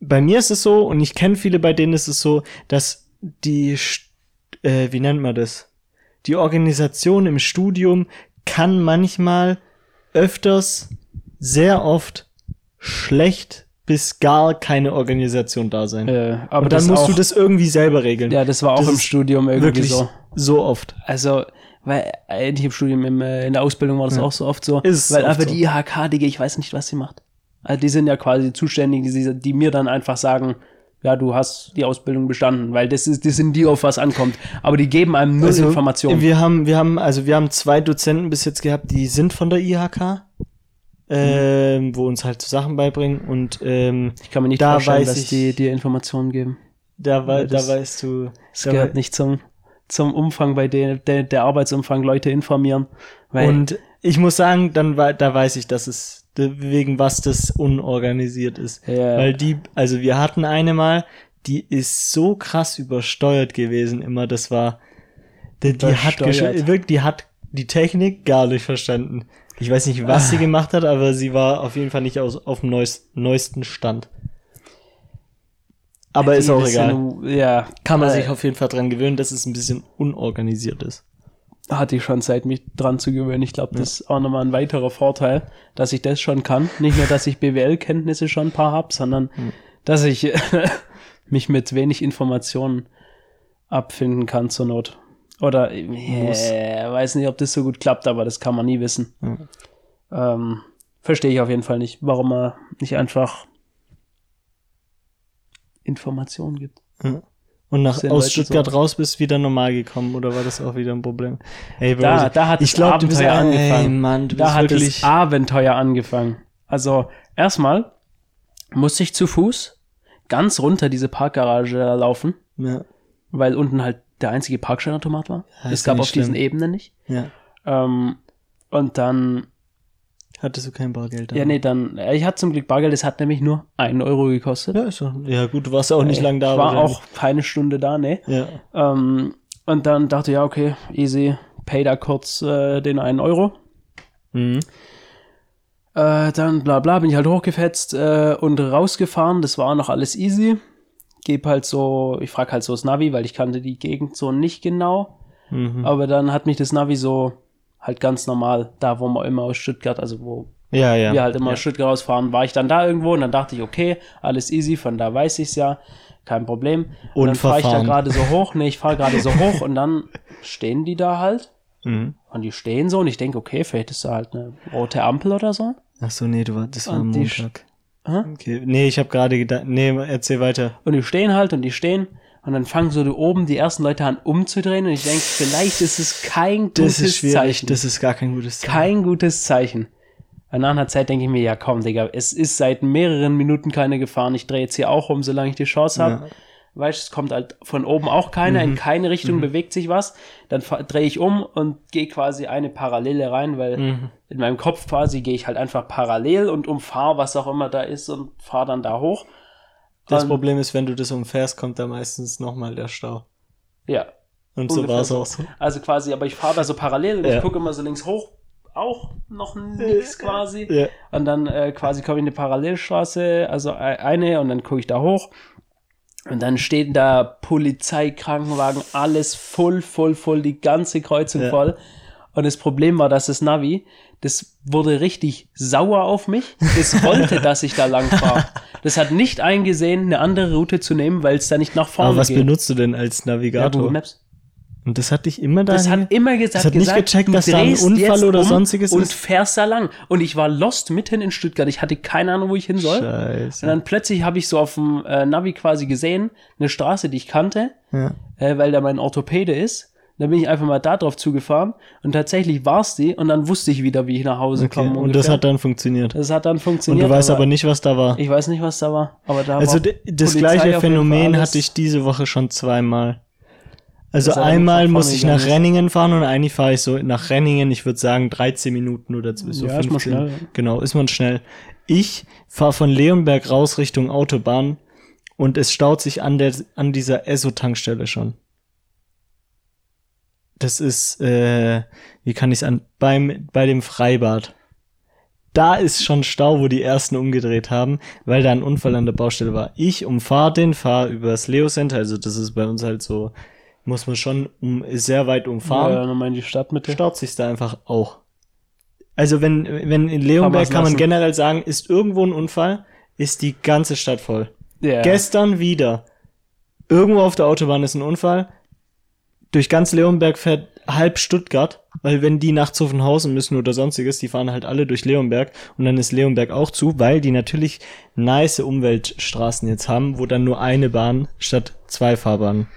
Speaker 1: bei mir ist es so und ich kenne viele, bei denen ist es so, dass die St- äh, wie nennt man das? Die Organisation im Studium kann manchmal öfters sehr oft schlecht bis gar keine Organisation da sein.
Speaker 2: äh, aber
Speaker 1: Und dann
Speaker 2: das
Speaker 1: musst
Speaker 2: auch,
Speaker 1: du das irgendwie selber regeln.
Speaker 2: ja, das war auch
Speaker 1: das
Speaker 2: im
Speaker 1: ist
Speaker 2: Studium irgendwie
Speaker 1: Wirklich
Speaker 2: so.
Speaker 1: so. oft.
Speaker 2: Also, weil, äh, nicht im Studium, im, äh, in der Ausbildung war das auch so oft so.
Speaker 1: Ist es
Speaker 2: weil
Speaker 1: oft
Speaker 2: einfach
Speaker 1: so.
Speaker 2: die IHK, Digga, ich weiß nicht, was sie macht. Also die sind ja quasi zuständig, die, die mir dann einfach sagen, ja, du hast die Ausbildung bestanden, weil das ist, das sind die, auf was ankommt. Aber die geben einem null Informationen.
Speaker 1: Also, Wir haben, wir haben, also wir haben zwei Dozenten bis jetzt gehabt, die sind von der IHK,
Speaker 2: Mhm.
Speaker 1: ähm, wo uns halt so Sachen beibringen und ähm,
Speaker 2: Ich kann mir nicht
Speaker 1: da
Speaker 2: vorstellen,
Speaker 1: weiß
Speaker 2: dass
Speaker 1: ich-
Speaker 2: die dir Informationen geben.
Speaker 1: da, wei-
Speaker 2: Ja, das-
Speaker 1: da weißt du,
Speaker 2: Es
Speaker 1: da
Speaker 2: gehört
Speaker 1: wei-
Speaker 2: nicht zum, zum Umfang, bei dem der, der Arbeitsumfang Leute informieren. Weil
Speaker 1: und ich muss sagen, dann wei- da weiß ich, dass es de- wegen was das unorganisiert ist,
Speaker 2: Ja.
Speaker 1: weil die, also wir hatten eine mal, die ist so krass übersteuert gewesen immer, das war, die, die hat
Speaker 2: Übersteuert.
Speaker 1: gesch- wirklich, die hat die Technik gar nicht verstanden. Ich weiß nicht, was sie gemacht hat, aber sie war auf jeden Fall nicht aus, auf dem neues, neuesten Stand. Aber ist
Speaker 2: die
Speaker 1: auch
Speaker 2: das
Speaker 1: egal.
Speaker 2: sind- Ja,
Speaker 1: Kann man
Speaker 2: äh,
Speaker 1: sich auf jeden Fall dran gewöhnen, dass es ein bisschen unorganisiert ist.
Speaker 2: hatte ich schon Zeit, mich dran zu gewöhnen. Ich glaube, das ist auch nochmal ein weiterer Vorteil, dass ich das schon kann. Nicht nur, dass ich BWL-Kenntnisse schon ein paar habe, sondern
Speaker 1: Hm.
Speaker 2: dass ich äh, mich mit wenig Informationen abfinden kann zur Not. Oder äh, weiß nicht, ob das so gut klappt, aber das kann man nie wissen.
Speaker 1: Mhm.
Speaker 2: Ähm, Verstehe ich auf jeden Fall nicht, warum er nicht einfach Informationen gibt.
Speaker 1: Ja. Und nach,
Speaker 2: Sind
Speaker 1: aus
Speaker 2: Leute
Speaker 1: Stuttgart
Speaker 2: so.
Speaker 1: raus bist wieder normal gekommen oder war das auch wieder ein Problem? Ey, Bro,
Speaker 2: Da, da hat
Speaker 1: ich
Speaker 2: das
Speaker 1: glaub, du bist,
Speaker 2: Abenteuer
Speaker 1: Ey,
Speaker 2: angefangen.
Speaker 1: Mann, du
Speaker 2: Da
Speaker 1: bist
Speaker 2: hat
Speaker 1: wirklich.
Speaker 2: das Abenteuer angefangen. Also erstmal musste ich zu Fuß ganz runter diese Parkgarage da laufen,
Speaker 1: ja,
Speaker 2: weil unten halt der einzige Parkscheinautomat war.
Speaker 1: Ja,
Speaker 2: es
Speaker 1: ist
Speaker 2: gab
Speaker 1: nicht
Speaker 2: auf diesen
Speaker 1: schlimm.
Speaker 2: Ebenen nicht.
Speaker 1: ja.
Speaker 2: Ähm, und dann
Speaker 1: Hattest du kein Bargeld?
Speaker 2: Ja,
Speaker 1: aber-
Speaker 2: nee, dann, äh, ich hatte zum Glück Bargeld, das hat nämlich nur 1 Euro gekostet.
Speaker 1: Ja, ist doch, ja, gut, du warst ja auch nicht lang da.
Speaker 2: Äh, Ich war
Speaker 1: wahrscheinlich.
Speaker 2: auch keine Stunde da, ne?
Speaker 1: Ja,
Speaker 2: Ähm, und dann dachte ich, ja, okay, easy, pay da kurz äh, den 1 Euro.
Speaker 1: mhm.
Speaker 2: Äh, dann bla bla, bin ich halt hochgefetzt äh, und rausgefahren, das war noch alles easy. Geb halt so, ich frag halt so das Navi, weil ich kannte die Gegend so nicht genau.
Speaker 1: Mhm.
Speaker 2: Aber dann hat mich das Navi so halt ganz normal, da wo man immer aus Stuttgart, also wo
Speaker 1: ja, ja.
Speaker 2: wir halt immer
Speaker 1: ja.
Speaker 2: Stuttgart rausfahren, war ich dann da irgendwo und dann dachte ich, okay, alles easy, von da weiß ich's ja, kein Problem. Und dann fahre ich da
Speaker 1: Unverfahren.
Speaker 2: gerade so hoch, nee, ich fahre gerade so hoch und dann stehen die da halt
Speaker 1: Mhm.
Speaker 2: und die stehen so und ich denke, okay, vielleicht ist da halt eine rote Ampel oder so.
Speaker 1: Ach so, nee, du war, das war am
Speaker 2: Und die
Speaker 1: Montag.
Speaker 2: Hä?
Speaker 1: Okay. Nee, ich habe gerade gedacht. Nee, erzähl weiter.
Speaker 2: Und die stehen halt und die stehen und dann fangen so die oben die ersten Leute an umzudrehen und ich denke, vielleicht ist es kein gutes
Speaker 1: Das ist schwierig.
Speaker 2: Zeichen.
Speaker 1: Das ist gar kein gutes Zeichen.
Speaker 2: kein gutes Zeichen. An einer Zeit denke ich mir, ja komm, Digga, es ist seit mehreren Minuten keine Gefahr. Ich drehe jetzt hier auch um, solange ich die Chance habe.
Speaker 1: Ja. Mhm.
Speaker 2: Weißt du, es kommt halt von oben auch keiner, in keine Richtung bewegt sich was. Dann fa- drehe ich um und gehe quasi eine Parallele rein, weil
Speaker 1: Mhm.
Speaker 2: in meinem Kopf quasi gehe ich halt einfach parallel und umfahre, was auch immer da ist und fahre dann da hoch.
Speaker 1: Das
Speaker 2: Ähm,
Speaker 1: Problem ist, wenn du das umfährst, kommt da meistens nochmal der Stau.
Speaker 2: Ja,
Speaker 1: Und so
Speaker 2: Ungefähr
Speaker 1: war es
Speaker 2: so.
Speaker 1: auch so.
Speaker 2: also quasi, aber ich fahre da so parallel und
Speaker 1: Ja.
Speaker 2: ich gucke immer so links hoch, auch noch nichts quasi.
Speaker 1: Ja.
Speaker 2: Und dann äh, quasi komme ich in eine Parallelstraße, also e- eine, und dann gucke ich da hoch. Und dann stehen da Polizei, Krankenwagen, alles voll, voll, voll, die ganze Kreuzung
Speaker 1: Ja.
Speaker 2: voll. Und das Problem war, dass das Navi, das wurde richtig sauer auf mich. Das wollte, dass ich da lang fahre. Das hat nicht eingesehen, eine andere Route zu nehmen, weil es da nicht nach vorne
Speaker 1: Aber was
Speaker 2: geht.
Speaker 1: benutzt du denn als
Speaker 2: ja, Google
Speaker 1: Navigator?
Speaker 2: Maps.
Speaker 1: und das hat dich immer da.
Speaker 2: Das hat immer gesagt,
Speaker 1: Das hat nicht
Speaker 2: gesagt,
Speaker 1: gecheckt,
Speaker 2: du
Speaker 1: dass da ein
Speaker 2: drehst
Speaker 1: Unfall
Speaker 2: jetzt um
Speaker 1: oder sonstiges
Speaker 2: und
Speaker 1: ist.
Speaker 2: fährst da lang. Und ich war lost mitten in Stuttgart. Ich hatte keine Ahnung, wo ich hin soll. Und
Speaker 1: Scheiße.
Speaker 2: dann plötzlich habe ich so auf dem äh, Navi quasi gesehen, eine Straße, die ich kannte,
Speaker 1: Ja.
Speaker 2: äh, weil da mein Orthopäde ist. Und Dann bin ich einfach mal da drauf zugefahren und tatsächlich war es die und dann wusste ich wieder, wie ich nach Hause
Speaker 1: Okay.
Speaker 2: komme.
Speaker 1: Und das hat dann funktioniert.
Speaker 2: das hat dann
Speaker 1: Und
Speaker 2: funktioniert.
Speaker 1: du weißt aber nicht, was da war.
Speaker 2: Ich weiß nicht, was da war. Aber da
Speaker 1: Also
Speaker 2: war
Speaker 1: d- das
Speaker 2: Polizei auf jeden
Speaker 1: gleiche
Speaker 2: Fall
Speaker 1: Phänomen
Speaker 2: alles.
Speaker 1: hatte ich diese Woche schon zweimal. Also
Speaker 2: Dass er dann
Speaker 1: einmal
Speaker 2: von
Speaker 1: muss
Speaker 2: vorne
Speaker 1: ich nach
Speaker 2: gegangen ist.
Speaker 1: Renningen fahren und eigentlich fahre ich so nach Renningen, ich würde sagen 13 Minuten oder so
Speaker 2: Ja, ist
Speaker 1: 15.
Speaker 2: man schnell, ja.
Speaker 1: Genau, ist man schnell. Ich fahre von Leonberg raus Richtung Autobahn und es staut sich an, der, an dieser Esso-Tankstelle schon. Das ist, äh, wie kann ich es an, beim, bei dem Freibad. Da ist schon Stau, wo die ersten umgedreht haben, weil da ein Unfall an der Baustelle war. Ich umfahr den, fahr übers Leo Center, also das ist bei uns halt so, muss man schon um, sehr weit umfahren
Speaker 2: Ja, dann mal in die Stadtmitte.
Speaker 1: staut sich da einfach auch. Also wenn, wenn in Leonberg
Speaker 2: man's
Speaker 1: kann man
Speaker 2: lassen.
Speaker 1: generell sagen, ist irgendwo ein Unfall, ist die ganze Stadt voll.
Speaker 2: Ja.
Speaker 1: Gestern wieder. Irgendwo auf der Autobahn ist ein Unfall. Durch ganz Leonberg fährt halb Stuttgart, weil wenn die nach Zuffenhausen müssen oder sonstiges, die fahren halt alle durch Leonberg und dann ist Leonberg auch zu, weil die natürlich nice Umweltstraßen jetzt haben, wo dann nur eine Bahn statt zwei Fahrbahnen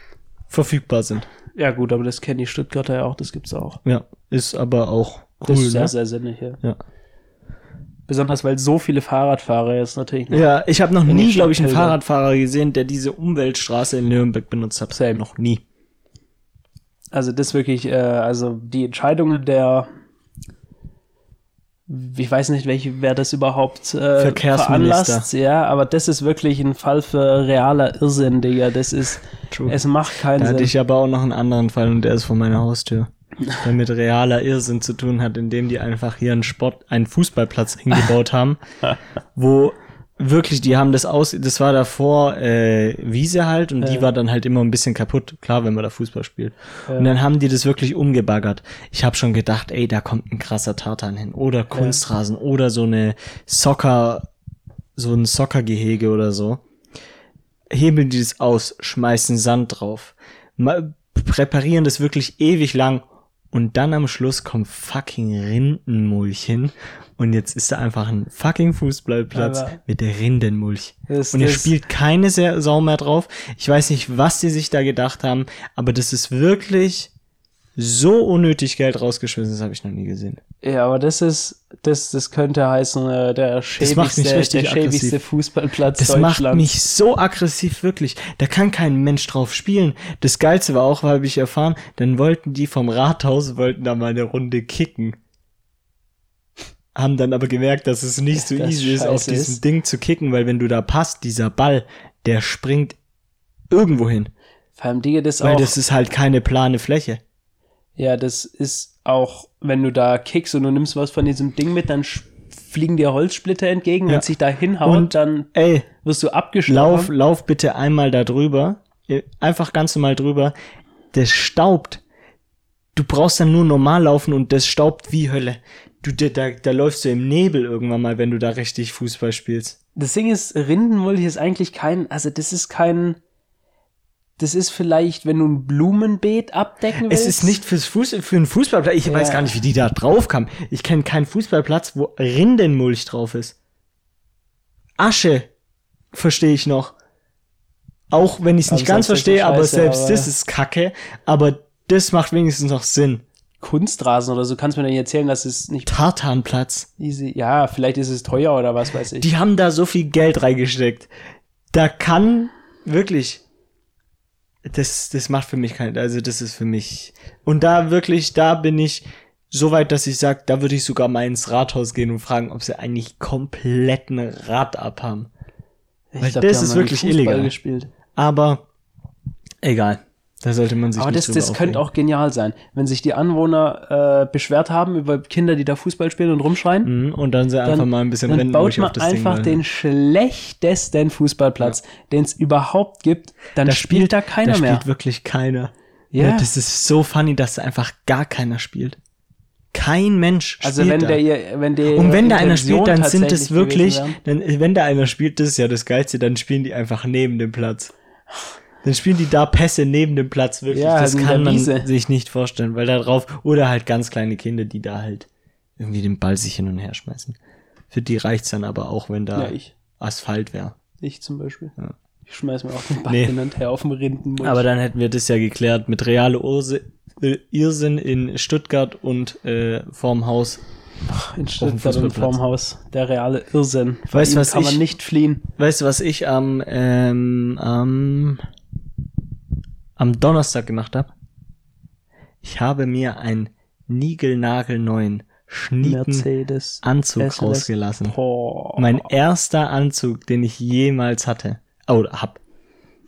Speaker 1: verfügbar sind.
Speaker 2: ja gut, aber das kennen die Stuttgarter ja auch, das gibt's auch.
Speaker 1: Ja, ist aber auch cool.
Speaker 2: Das ist sehr,
Speaker 1: ne?
Speaker 2: sehr sinnig, ja.
Speaker 1: Ja.
Speaker 2: Besonders, weil so viele Fahrradfahrer jetzt natürlich noch
Speaker 1: Ja, ich habe noch
Speaker 2: Wenn
Speaker 1: nie,
Speaker 2: ich
Speaker 1: glaube ich, einen
Speaker 2: Stadtpilger.
Speaker 1: Fahrradfahrer gesehen, der diese Umweltstraße in Nürnberg benutzt hat.
Speaker 2: Same.
Speaker 1: Noch nie.
Speaker 2: Also das wirklich, äh, also die Entscheidung der, ich weiß nicht, welche, wer das überhaupt äh,
Speaker 1: Verkehrsminister.
Speaker 2: veranlasst, ja, aber das ist wirklich ein Fall für realer Irrsinn, Digga. Das ist,
Speaker 1: True.
Speaker 2: es macht keinen
Speaker 1: Da hatte
Speaker 2: Sinn.
Speaker 1: ich aber auch noch einen anderen Fall und der ist vor meiner Haustür. Der mit realer Irrsinn zu tun hat, indem die einfach hier einen Sport, einen Fußballplatz hingebaut haben, wo wirklich, die haben das aus, das war davor äh, Wiese halt und die
Speaker 2: Ja.
Speaker 1: war dann halt immer ein bisschen kaputt, klar, wenn man da Fußball spielt. Und dann haben die das wirklich umgebaggert. Ich habe schon gedacht, ey, da kommt ein krasser Tartan hin oder Kunstrasen oder so eine Soccer, so ein Soccergehege oder so hebeln die das aus, schmeißen Sand drauf, ma- präparieren das wirklich ewig lang und dann am Schluss kommt fucking Rindenmulch hin und jetzt ist da einfach ein fucking Fußballplatz
Speaker 2: Aber-
Speaker 1: mit der Rindenmulch.
Speaker 2: Das-
Speaker 1: und er
Speaker 2: das-
Speaker 1: spielt keine Sa- Sau mehr drauf. Ich weiß nicht, was die sich da gedacht haben, aber das ist wirklich so unnötig Geld rausgeschmissen, das habe ich noch nie gesehen.
Speaker 2: Ja, aber das ist, das, das könnte heißen, äh, der
Speaker 1: macht mich
Speaker 2: schäbigste, der
Speaker 1: richtig
Speaker 2: schäbigste
Speaker 1: aggressiv.
Speaker 2: Fußballplatz
Speaker 1: Das
Speaker 2: Deutschlands.
Speaker 1: macht mich so aggressiv, wirklich. Da kann kein Mensch drauf spielen. Das Geilste war auch, habe ich erfahren, dann wollten die vom Rathaus, wollten da mal eine Runde kicken. Haben dann aber gemerkt, dass es nicht so
Speaker 2: das
Speaker 1: easy ist, auf
Speaker 2: scheiße
Speaker 1: diesem
Speaker 2: ist.
Speaker 1: Ding zu kicken, weil wenn du da passt, dieser Ball, der springt irgendwo hin.
Speaker 2: Vor allem, Digga, das
Speaker 1: Weil
Speaker 2: auch.
Speaker 1: das ist halt keine plane Fläche.
Speaker 2: ja, das ist auch, wenn du da kickst und du nimmst was von diesem Ding mit, dann sch- fliegen dir Holzsplitter entgegen.
Speaker 1: Ja.
Speaker 2: Wenn es sich da hinhaut,
Speaker 1: Und-
Speaker 2: dann
Speaker 1: Ey,
Speaker 2: wirst du
Speaker 1: Lauf,
Speaker 2: abgeschlagen.
Speaker 1: lauf bitte einmal da drüber. Äh, Einfach ganz normal drüber. Das staubt. Du brauchst dann nur normal laufen und das staubt wie Hölle. Du, da, da, da läufst du im Nebel irgendwann mal, wenn du da richtig Fußball spielst.
Speaker 2: Das Ding ist, Rindenmulch ist eigentlich kein, also das ist kein, das ist vielleicht, wenn du ein Blumenbeet abdecken willst.
Speaker 1: Es ist nicht fürs Fuß, für einen Fußballplatz. Ich weiß gar nicht, wie die da drauf kamen. Ich kenne keinen Fußballplatz, wo Rindenmulch drauf ist. Asche verstehe ich noch. Auch wenn ich es
Speaker 2: Aber
Speaker 1: nicht ganz
Speaker 2: selbst das ist
Speaker 1: verstehe, aber
Speaker 2: scheiße,
Speaker 1: selbst
Speaker 2: aber-
Speaker 1: das ist Kacke. Aber das macht wenigstens noch Sinn.
Speaker 2: Kunstrasen oder so, kannst du mir dann erzählen, dass es nicht
Speaker 1: Tartanplatz.
Speaker 2: easy, ja, vielleicht ist es teuer oder was weiß ich.
Speaker 1: Die haben da so viel Geld reingesteckt. Da kann wirklich. Das, das macht für mich keinen. Also, das ist für mich. Und da wirklich, da bin ich so weit, dass ich sage, da würde ich sogar mal ins Rathaus gehen und fragen, ob sie eigentlich kompletten Rad abhaben. Weil
Speaker 2: die
Speaker 1: das
Speaker 2: haben
Speaker 1: ist
Speaker 2: noch nie
Speaker 1: wirklich
Speaker 2: Fußball
Speaker 1: illegal.
Speaker 2: Gespielt.
Speaker 1: Aber egal. Da sollte man sich
Speaker 2: Aber
Speaker 1: nicht
Speaker 2: das,
Speaker 1: drüber
Speaker 2: das könnte
Speaker 1: aufregen.
Speaker 2: auch genial sein, wenn sich die Anwohner äh, beschwert haben über Kinder, die da Fußball spielen und rumschreien.
Speaker 1: Mhm, Und dann sie einfach mal ein bisschen
Speaker 2: dann
Speaker 1: rennen
Speaker 2: baut
Speaker 1: durch
Speaker 2: man
Speaker 1: auf das
Speaker 2: einfach
Speaker 1: Ding. weil-
Speaker 2: den schlechtesten Fußballplatz, den es überhaupt gibt. Dann spielt, da keiner
Speaker 1: da
Speaker 2: mehr.
Speaker 1: spielt wirklich keiner.
Speaker 2: Ja.
Speaker 1: Ja. Das ist so funny, dass einfach gar keiner spielt. Kein Mensch spielt
Speaker 2: Also wenn
Speaker 1: da.
Speaker 2: der, ihr- wenn der
Speaker 1: und wenn da einer
Speaker 2: Intention
Speaker 1: spielt, dann sind es
Speaker 2: tatsächlich
Speaker 1: wirklich,
Speaker 2: gewesen wäre-
Speaker 1: dann, wenn da einer spielt, das ist ja das Geilste, dann spielen die einfach neben dem Platz. Dann spielen die da Pässe neben dem Platz wirklich.
Speaker 2: Ja,
Speaker 1: das
Speaker 2: in der
Speaker 1: kann man
Speaker 2: Wiese.
Speaker 1: sich nicht vorstellen, weil da drauf, oder halt ganz kleine Kinder, die da halt irgendwie den Ball sich hin und her schmeißen. Für die reicht's dann aber auch, wenn da
Speaker 2: Ja, ich.
Speaker 1: Asphalt wäre.
Speaker 2: ich zum Beispiel. Ich schmeiß mir auch den Ball
Speaker 1: Nee.
Speaker 2: hin und her auf dem Rindenmund.
Speaker 1: Aber dann hätten wir das ja geklärt mit reale Urse, äh, Irrsinn in Stuttgart und äh, vorm Haus.
Speaker 2: in
Speaker 1: dem
Speaker 2: Stuttgart und
Speaker 1: Fußballplatz.
Speaker 2: vorm Haus. Der reale Irrsinn. Von
Speaker 1: Weißt du,
Speaker 2: ihm
Speaker 1: was
Speaker 2: kann
Speaker 1: ich-
Speaker 2: man nicht fliehen.
Speaker 1: Weißt du, was ich am, ähm, am, am Donnerstag gemacht habe? Ich habe mir einen niegelnagelneuen, schnieken
Speaker 2: Mercedes.
Speaker 1: Anzug
Speaker 2: SLS.
Speaker 1: rausgelassen.
Speaker 2: Boah.
Speaker 1: Mein erster Anzug, den ich jemals hatte. Oh, oder hab.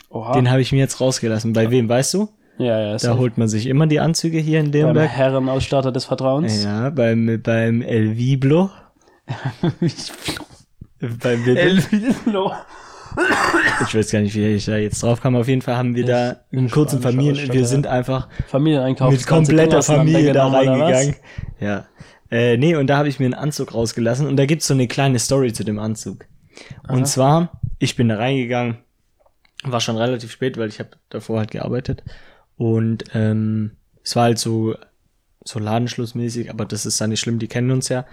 Speaker 2: Oha.
Speaker 1: Den habe ich mir jetzt rausgelassen. Bei wem, weißt du?
Speaker 2: ja, ja,
Speaker 1: Da
Speaker 2: safe.
Speaker 1: holt man sich immer die Anzüge hier in
Speaker 2: beim
Speaker 1: Nürnberg.
Speaker 2: Herrenausstatter des Vertrauens.
Speaker 1: Ja, beim, beim El Viblo. Beim Viblo.
Speaker 2: Äh, Elvino.
Speaker 1: ich weiß gar nicht, wie ich da jetzt drauf kam. Auf jeden Fall haben wir da
Speaker 2: Ich
Speaker 1: einen kurzen
Speaker 2: spanischer
Speaker 1: Familien.
Speaker 2: Ausstatter.
Speaker 1: Wir sind einfach
Speaker 2: Familieneinkauf.
Speaker 1: mit
Speaker 2: das ganze Ding
Speaker 1: kompletter
Speaker 2: auseinander
Speaker 1: Familie da
Speaker 2: genommen, oder was?
Speaker 1: reingegangen. Ja. Äh, nee, und da habe ich mir einen Anzug rausgelassen. Und da gibt's so eine kleine Story zu dem Anzug. Und zwar, ich bin da reingegangen. War schon relativ spät, weil ich habe davor halt gearbeitet. Und ähm, es war halt so, so ladenschlussmäßig, aber das ist dann nicht schlimm, die kennen uns ja.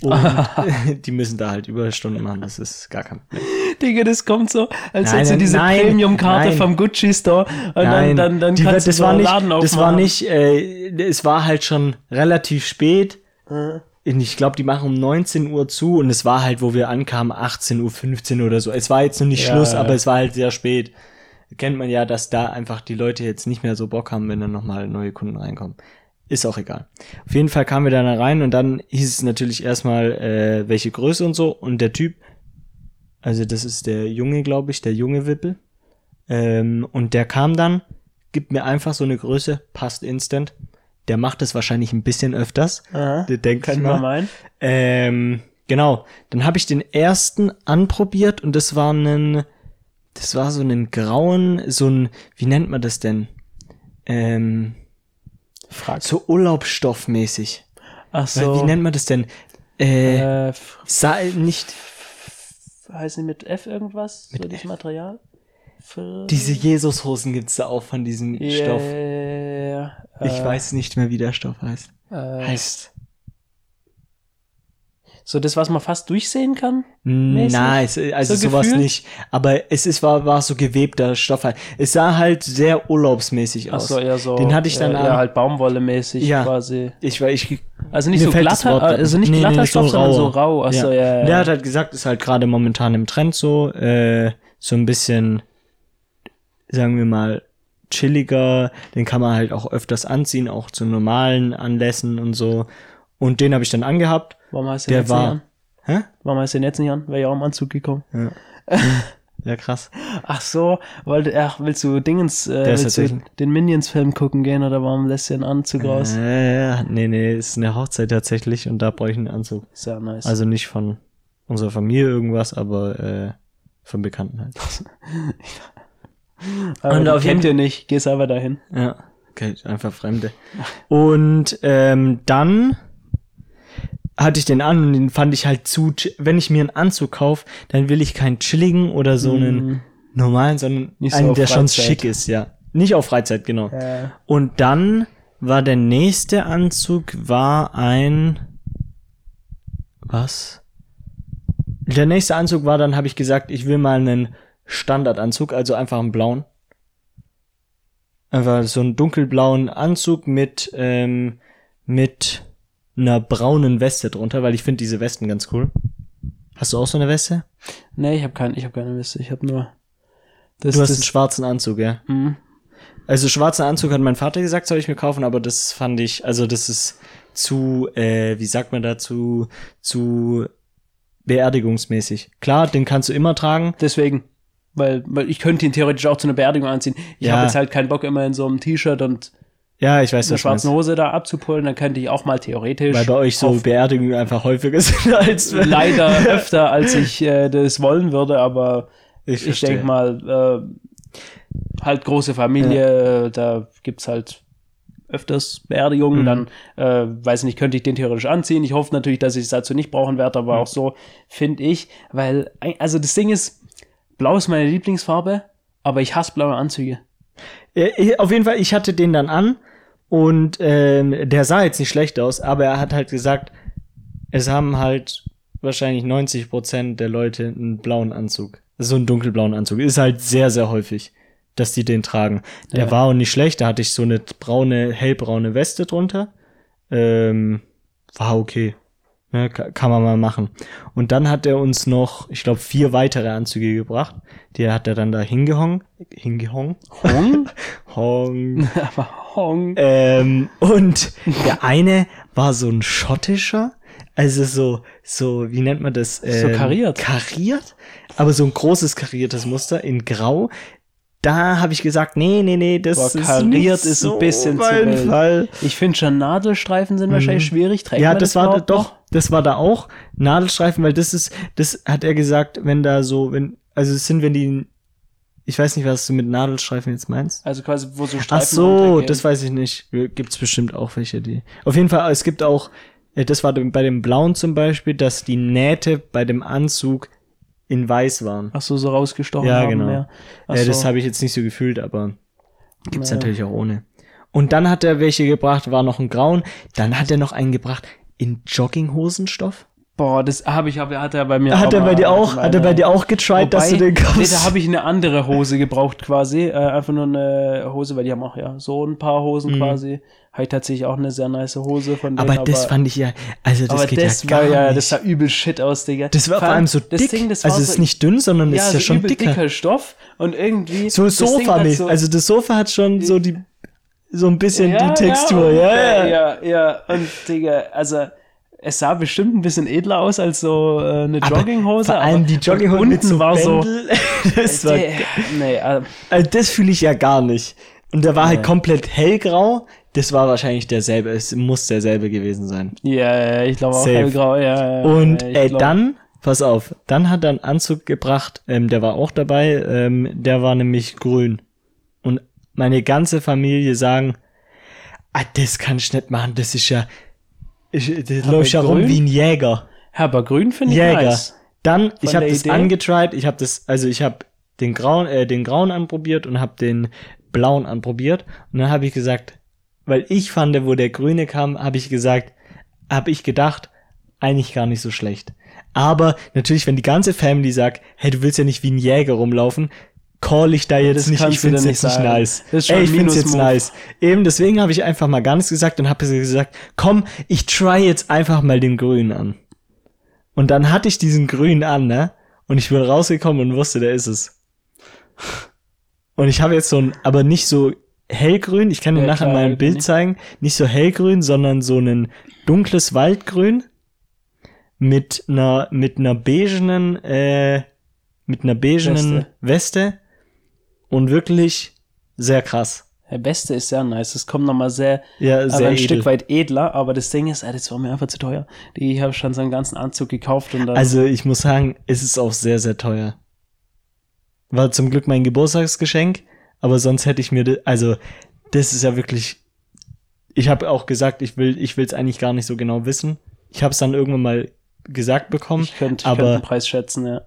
Speaker 1: Und die müssen da halt Überstunden machen, das ist gar kein Problem.
Speaker 2: Digga, das kommt so, als
Speaker 1: Nein,
Speaker 2: hättest du
Speaker 1: nein,
Speaker 2: diese
Speaker 1: nein,
Speaker 2: Premium-Karte
Speaker 1: nein.
Speaker 2: vom Gucci-Store und dann, dann, dann
Speaker 1: die,
Speaker 2: kannst
Speaker 1: das
Speaker 2: du
Speaker 1: war
Speaker 2: so einen
Speaker 1: nicht,
Speaker 2: Laden aufmachen.
Speaker 1: das war nicht, äh, es war halt schon relativ spät.
Speaker 2: Hm.
Speaker 1: Ich glaube, die machen um 19 Uhr zu und es war halt, wo wir ankamen, 18.15 Uhr oder so. Es war jetzt noch nicht
Speaker 2: Ja,
Speaker 1: Schluss,
Speaker 2: ja.
Speaker 1: aber es war halt sehr spät. Kennt man ja, dass da einfach die Leute jetzt nicht mehr so Bock haben, wenn dann nochmal neue Kunden reinkommen. Ist auch egal. Auf jeden Fall kamen wir dann da rein und dann hieß es natürlich erstmal, äh, welche Größe und so. Und der Typ, also das ist der Junge, glaube ich, der junge Wippel. Ähm, und der kam dann, gibt mir einfach so eine Größe, passt instant. Der macht das wahrscheinlich ein bisschen öfters.
Speaker 2: Aha.
Speaker 1: Der denkt
Speaker 2: Kann man meinen.
Speaker 1: ähm, genau. Dann habe ich den ersten anprobiert und das war ein, das war so einen grauen, so ein, wie nennt man das denn? Ähm,
Speaker 2: Frag.
Speaker 1: so Urlaubsstoffmäßig.
Speaker 2: Ach so.
Speaker 1: Wie nennt man das denn? Äh,
Speaker 2: äh, f-
Speaker 1: Sa nicht
Speaker 2: heißt die mit F irgendwas? Mit so das Material? F
Speaker 1: diese Jesushosen gibt's da auch von diesem
Speaker 2: Yeah.
Speaker 1: Stoff. Ich
Speaker 2: Äh,
Speaker 1: weiß nicht mehr, wie der Stoff heißt.
Speaker 2: Äh,
Speaker 1: Heißt.
Speaker 2: so das, was man fast durchsehen kann? Mäßig.
Speaker 1: Nein, es, also
Speaker 2: So
Speaker 1: sowas
Speaker 2: gefühlt?
Speaker 1: nicht. Aber es ist, war, war so gewebter Stoff halt. Es sah halt sehr urlaubsmäßig aus.
Speaker 2: Achso, eher so.
Speaker 1: Den hatte ich dann
Speaker 2: eher,
Speaker 1: an.
Speaker 2: eher halt Baumwolle-mäßig
Speaker 1: Ja.
Speaker 2: quasi.
Speaker 1: Ich, war- ich
Speaker 2: Also nicht
Speaker 1: Mir
Speaker 2: so
Speaker 1: fällt das
Speaker 2: glatter,
Speaker 1: Wort
Speaker 2: also nicht
Speaker 1: Nee, nee,
Speaker 2: glatter
Speaker 1: nee,
Speaker 2: Stoff, sondern so rau. Achso, ja. ja,
Speaker 1: Der
Speaker 2: ja.
Speaker 1: hat halt gesagt, ist halt gerade momentan im Trend so, äh, so ein bisschen, sagen wir mal, chilliger. Den kann man halt auch öfters anziehen, auch zu normalen Anlässen und so. Und den habe ich dann angehabt.
Speaker 2: Warum heißt den
Speaker 1: Der
Speaker 2: jetzt nicht
Speaker 1: war-
Speaker 2: an?
Speaker 1: Hä?
Speaker 2: Warum heißt den jetzt nicht an? Wäre ja auch im Anzug gekommen.
Speaker 1: Ja, ja krass.
Speaker 2: Ach so, weil du, ach, willst du Dingens, äh,
Speaker 1: Der ist
Speaker 2: willst du
Speaker 1: tatsächlich-
Speaker 2: den Minions-Film gucken gehen oder warum lässt du den Anzug raus?
Speaker 1: Äh, nee, nee, ist eine Hochzeit tatsächlich und da brauche ich einen Anzug.
Speaker 2: Ist ja nice.
Speaker 1: Also nicht von unserer Familie irgendwas, aber äh, von Bekannten halt.
Speaker 2: Aber
Speaker 1: und
Speaker 2: und
Speaker 1: auf
Speaker 2: auf kennt
Speaker 1: jeden-
Speaker 2: ihr nicht, geh's einfach dahin.
Speaker 1: Ja, okay, einfach Fremde. Und ähm, dann hatte ich den an und den fand ich halt zu. chi- Wenn ich mir einen Anzug kaufe, dann will ich keinen chilligen oder so einen normalen, sondern
Speaker 2: Mhm. Nicht so
Speaker 1: einen,
Speaker 2: auf
Speaker 1: der schon
Speaker 2: Freizeit.
Speaker 1: schick ist, ja. Nicht auf Freizeit, genau.
Speaker 2: Äh,
Speaker 1: Und dann war der nächste Anzug war ein was? Der nächste Anzug war dann habe ich gesagt, ich will mal einen Standardanzug, also einfach einen blauen. Einfach so einen dunkelblauen Anzug mit ähm, mit einer braunen Weste drunter, weil ich finde diese Westen ganz cool. Hast du auch so eine Weste?
Speaker 2: nee, ich habe kein, ich hab keine Weste, ich habe nur das, mhm.
Speaker 1: Du hast einen
Speaker 2: das,
Speaker 1: schwarzen Anzug, ja.
Speaker 2: mh,
Speaker 1: Also schwarzer Anzug hat mein Vater gesagt, soll ich mir kaufen, aber das fand ich, also das ist zu, äh, wie sagt man dazu, zu beerdigungsmäßig. Klar, den kannst du immer tragen.
Speaker 2: deswegen, weil, weil ich könnte ihn theoretisch auch zu einer Beerdigung anziehen. Ich
Speaker 1: Ja.
Speaker 2: habe jetzt halt keinen Bock, immer in so einem T-Shirt und
Speaker 1: Ja, ich weiß
Speaker 2: einer
Speaker 1: das schon.
Speaker 2: schwarzen Hose da abzupullen, dann könnte ich auch mal theoretisch
Speaker 1: Weil bei euch so
Speaker 2: auf-
Speaker 1: Beerdigungen einfach häufiger sind als
Speaker 2: leider öfter, als ich äh, das wollen würde, aber ich,
Speaker 1: verstehe.
Speaker 2: denke mal, äh, halt große Familie, äh, da gibt's halt öfters
Speaker 1: Mhm.
Speaker 2: Beerdigungen, dann äh, weiß nicht, könnte ich den theoretisch anziehen. Ich hoffe natürlich, dass ich es dazu nicht brauchen werde, aber
Speaker 1: Mhm.
Speaker 2: auch so finde ich, weil, ein- also das Ding ist, blau ist meine Lieblingsfarbe, aber ich hasse blaue Anzüge.
Speaker 1: Äh, äh, Auf jeden Fall, ich hatte den dann an und ähm, der sah jetzt nicht schlecht aus, aber er hat halt gesagt, es haben halt wahrscheinlich 90% der Leute einen blauen Anzug. So einen dunkelblauen Anzug. Ist halt sehr, sehr häufig, dass die den tragen. Der
Speaker 2: Ja.
Speaker 1: war auch nicht schlecht, da hatte ich so eine braune, hellbraune Weste drunter. Ähm, war okay. Ne, ka- kann man mal machen. Und dann hat er uns noch, ich glaube, vier weitere Anzüge gebracht. Die hat er dann da hingehongen. Hingehongen?
Speaker 2: Hong?
Speaker 1: Hong.
Speaker 2: aber Hong.
Speaker 1: ähm, und der eine war so ein schottischer, also so, so, wie nennt man das? Ähm,
Speaker 2: kariert.
Speaker 1: Kariert, aber so ein großes kariertes Muster in Grau. Da habe ich gesagt, nee, nee, nee, das
Speaker 2: Boah,
Speaker 1: ist
Speaker 2: kariert
Speaker 1: nicht
Speaker 2: ist ein
Speaker 1: so
Speaker 2: bisschen zu
Speaker 1: mein
Speaker 2: wild.
Speaker 1: Fall.
Speaker 2: Ich finde schon Nadelstreifen sind wahrscheinlich schwierig. Trägt
Speaker 1: Mhm. Ja,
Speaker 2: man
Speaker 1: das war da,
Speaker 2: überhaupt
Speaker 1: doch, das war da auch Nadelstreifen, weil das ist, das hat er gesagt, wenn da so, wenn, also es sind, wenn die, ich weiß nicht, was du mit Nadelstreifen jetzt meinst.
Speaker 2: Also quasi, wo so Streifen
Speaker 1: Ach so,
Speaker 2: runtergehen.
Speaker 1: das weiß ich nicht. Gibt's bestimmt auch welche, die. Auf jeden Fall, es gibt auch, äh, das war bei dem Blauen zum Beispiel, dass die Nähte bei dem Anzug in weiß waren.
Speaker 2: Ach so, so rausgestochen
Speaker 1: Ja,
Speaker 2: haben.
Speaker 1: genau.
Speaker 2: Ja, Ach
Speaker 1: Äh, das
Speaker 2: so.
Speaker 1: habe ich jetzt nicht so gefühlt, aber gibt's
Speaker 2: Naja.
Speaker 1: natürlich auch ohne. Und dann hat er welche gebracht, war noch ein Grauen. Dann hat er noch einen gebracht in Jogginghosenstoff.
Speaker 2: Boah, das habe ich, hab, hat er bei mir
Speaker 1: Hat er
Speaker 2: aber-
Speaker 1: bei dir auch,
Speaker 2: also
Speaker 1: hat er bei
Speaker 2: meine-
Speaker 1: dir auch getried, dass du
Speaker 2: Wobei,
Speaker 1: den kaufst?
Speaker 2: Nee, da habe ich eine andere Hose gebraucht quasi. Äh, einfach nur eine Hose, weil die haben auch ja so ein paar Hosen quasi. Habe ich tatsächlich auch eine sehr nice Hose von denen.
Speaker 1: Mhm. aber das fand ich ja, also das
Speaker 2: aber
Speaker 1: geht
Speaker 2: das
Speaker 1: ja gar
Speaker 2: war ja,
Speaker 1: nicht.
Speaker 2: das sah übel shit aus, Digga.
Speaker 1: das war vor allem so dick.
Speaker 2: Das Ding, das war
Speaker 1: also es
Speaker 2: so,
Speaker 1: ist nicht dünn, sondern es
Speaker 2: ja,
Speaker 1: ist
Speaker 2: so
Speaker 1: ja schon
Speaker 2: übel
Speaker 1: dicker.
Speaker 2: dicker Stoff und irgendwie.
Speaker 1: So
Speaker 2: das Ding
Speaker 1: Sofa
Speaker 2: hat
Speaker 1: nicht. also das Sofa hat schon so die so ein bisschen die Textur,
Speaker 2: und,
Speaker 1: ja, ja.
Speaker 2: äh, genau. ja. Ja, und Digga, also es sah bestimmt ein bisschen edler aus als so äh, eine
Speaker 1: Aber
Speaker 2: Jogginghose.
Speaker 1: Vor allem
Speaker 2: aber-
Speaker 1: die
Speaker 2: und
Speaker 1: Jogginghose mit
Speaker 2: unten
Speaker 1: so
Speaker 2: war so.
Speaker 1: Bändel. das war,
Speaker 2: Äh, nee, äh,
Speaker 1: also das fühle ich ja gar nicht. Und der war halt komplett hellgrau. Das war wahrscheinlich derselbe. Es muss derselbe gewesen sein.
Speaker 2: ja, ja, ich glaube auch
Speaker 1: Safe.
Speaker 2: hellgrau, ja. ja,
Speaker 1: Und
Speaker 2: ja, ich
Speaker 1: äh,
Speaker 2: glaub-
Speaker 1: dann, pass auf, dann hat er einen Anzug gebracht, ähm, der war auch dabei, ähm, der war nämlich grün. Und meine ganze Familie sagen, ah, das kannst du nicht machen, das ist ja, ich, das
Speaker 2: Aber
Speaker 1: läuft ja rum
Speaker 2: grün?
Speaker 1: wie ein Jäger.
Speaker 2: Ja, aber grün finde ich
Speaker 1: Jäger.
Speaker 2: nice.
Speaker 1: Dann, ich habe
Speaker 2: der
Speaker 1: das
Speaker 2: Idee?
Speaker 1: angetried, ich habe das, also ich habe den grauen, äh, den grauen anprobiert und habe den blauen anprobiert und dann habe ich gesagt, weil ich fand, wo der Grüne kam, habe ich gesagt, habe ich gedacht, eigentlich gar nicht so schlecht. Aber natürlich, wenn die ganze Family sagt, hey, du willst ja nicht wie ein Jäger rumlaufen, call ich da jetzt nicht, ich
Speaker 2: kannst du
Speaker 1: find's
Speaker 2: dir
Speaker 1: jetzt
Speaker 2: nicht
Speaker 1: nicht
Speaker 2: sagen.
Speaker 1: nice.
Speaker 2: Das ist schon
Speaker 1: Ey,
Speaker 2: ein
Speaker 1: ich find's jetzt
Speaker 2: Minus-Move.
Speaker 1: nice. Eben deswegen habe ich einfach mal gar nichts gesagt und habe gesagt, komm, ich try jetzt einfach mal den Grünen an. Und dann hatte ich diesen Grünen an, ne? Und ich bin rausgekommen und wusste, der ist es. Und ich habe jetzt so ein, aber nicht so hellgrün, ich kann dir
Speaker 2: Ja,
Speaker 1: nachher
Speaker 2: klar,
Speaker 1: mal ein
Speaker 2: kann
Speaker 1: Bild
Speaker 2: ich.
Speaker 1: zeigen, nicht so hellgrün, sondern so ein dunkles Waldgrün mit einer, mit einer beigenen, äh, mit einer beigenen Weste. und wirklich sehr krass.
Speaker 2: Der Beste ist sehr nice. Das kommt nochmal sehr,
Speaker 1: Ja,
Speaker 2: aber
Speaker 1: sehr
Speaker 2: ein
Speaker 1: edel.
Speaker 2: Stück weit edler. Aber das Ding ist, ey, das war mir einfach zu teuer. Die habe ich schon so einen ganzen Anzug gekauft und dann.
Speaker 1: Also ich muss sagen, es ist auch sehr, sehr teuer. War zum Glück mein Geburtstagsgeschenk, aber sonst hätte ich mir, de- also das ist ja wirklich, ich habe auch gesagt, ich will, ich will es eigentlich gar nicht so genau wissen. Ich habe es dann irgendwann mal gesagt bekommen,
Speaker 2: ich könnte ich
Speaker 1: aber
Speaker 2: könnte den Preis schätzen, ja.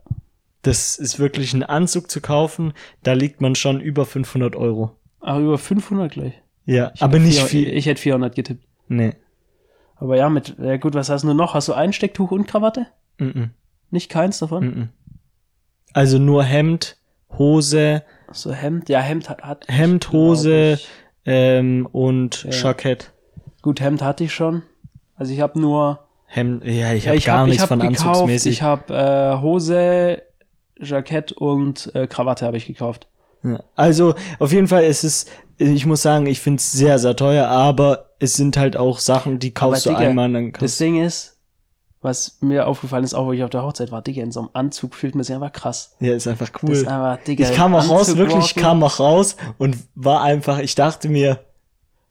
Speaker 1: das ist wirklich ein Anzug zu kaufen, da liegt man schon über 500 Euro.
Speaker 2: Aber über 500 gleich.
Speaker 1: Ja, aber nicht
Speaker 2: Vier-
Speaker 1: viel.
Speaker 2: Ich hätte 400 getippt.
Speaker 1: nee.
Speaker 2: Aber ja, mit, ja gut, was hast du noch? Hast du Einstecktuch und Krawatte?
Speaker 1: Mm
Speaker 2: Nicht keins davon?
Speaker 1: -mm. Also nur Hemd, Hose
Speaker 2: Ach So Hemd, ja, Hemd hat. hat
Speaker 1: Hemd,
Speaker 2: glaub
Speaker 1: Hose.
Speaker 2: ich.
Speaker 1: ähm, und
Speaker 2: Ja.
Speaker 1: Jackett.
Speaker 2: Gut, Hemd hatte ich schon. Also ich habe nur.
Speaker 1: Hemd, ja, ich
Speaker 2: Ja,
Speaker 1: habe
Speaker 2: ich
Speaker 1: gar
Speaker 2: hab- ich
Speaker 1: nichts
Speaker 2: hab
Speaker 1: von
Speaker 2: gekauft,
Speaker 1: anzugsmäßig.
Speaker 2: Ich habe äh, Hose, Jackett und äh, Krawatte habe ich gekauft.
Speaker 1: Ja. Also auf jeden Fall ist es, ich muss sagen, ich find's sehr, sehr teuer, aber es sind halt auch Sachen, die kaufst
Speaker 2: Digga,
Speaker 1: du einmal und dann
Speaker 2: Das
Speaker 1: kaufst
Speaker 2: Ding ist, was mir aufgefallen ist, auch wo ich auf der Hochzeit war, Digga, in so einem Anzug fühlt man sich einfach krass.
Speaker 1: Ja, ist einfach cool.
Speaker 2: Das ist einfach, Digga,
Speaker 1: ich kam auch raus,
Speaker 2: Anzug
Speaker 1: wirklich, ich
Speaker 2: rocken,
Speaker 1: kam auch raus und war einfach, ich dachte mir,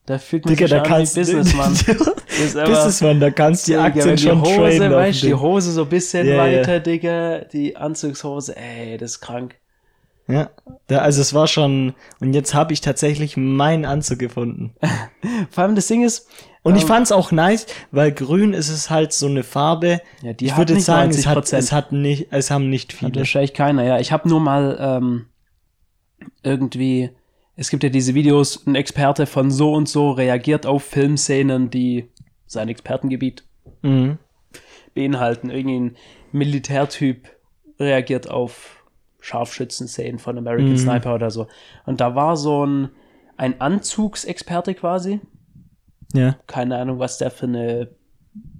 Speaker 2: Da fühlt man
Speaker 1: Digga,
Speaker 2: sich
Speaker 1: da
Speaker 2: da an
Speaker 1: kannst
Speaker 2: wie Businessmann. Das ist aber-
Speaker 1: Businessman, da kannst du die
Speaker 2: Digga, wenn
Speaker 1: Aktien
Speaker 2: die
Speaker 1: schon
Speaker 2: Hose,
Speaker 1: traden. auf
Speaker 2: weißt, du,
Speaker 1: dem
Speaker 2: die Hose so ein bisschen
Speaker 1: Ja, ja.
Speaker 2: weiter, Digga, die Anzugshose, ey, das ist krank.
Speaker 1: Ding. Ja, da, also es war schon, und jetzt habe ich tatsächlich meinen Anzug gefunden.
Speaker 2: Vor allem das Ding ist,
Speaker 1: Und ich
Speaker 2: Ähm.
Speaker 1: fand's auch nice, weil grün ist es halt so eine Farbe,
Speaker 2: Ja, die
Speaker 1: ich
Speaker 2: hat
Speaker 1: würde
Speaker 2: nicht
Speaker 1: jetzt sagen, es hat,
Speaker 2: 90%.
Speaker 1: es hat nicht, es haben nicht
Speaker 2: Hat
Speaker 1: viele.
Speaker 2: wahrscheinlich keiner, ja. Ich habe nur mal ähm, irgendwie, es gibt ja diese Videos, ein Experte von so und so reagiert auf Filmszenen, die sein Expertengebiet
Speaker 1: Mhm.
Speaker 2: beinhalten. Irgendein Militärtyp reagiert auf Scharfschützen-Szenen von American
Speaker 1: Mhm.
Speaker 2: Sniper oder so. Und da war so ein, ein Anzugsexperte quasi,
Speaker 1: Ja.
Speaker 2: keine Ahnung, was der für eine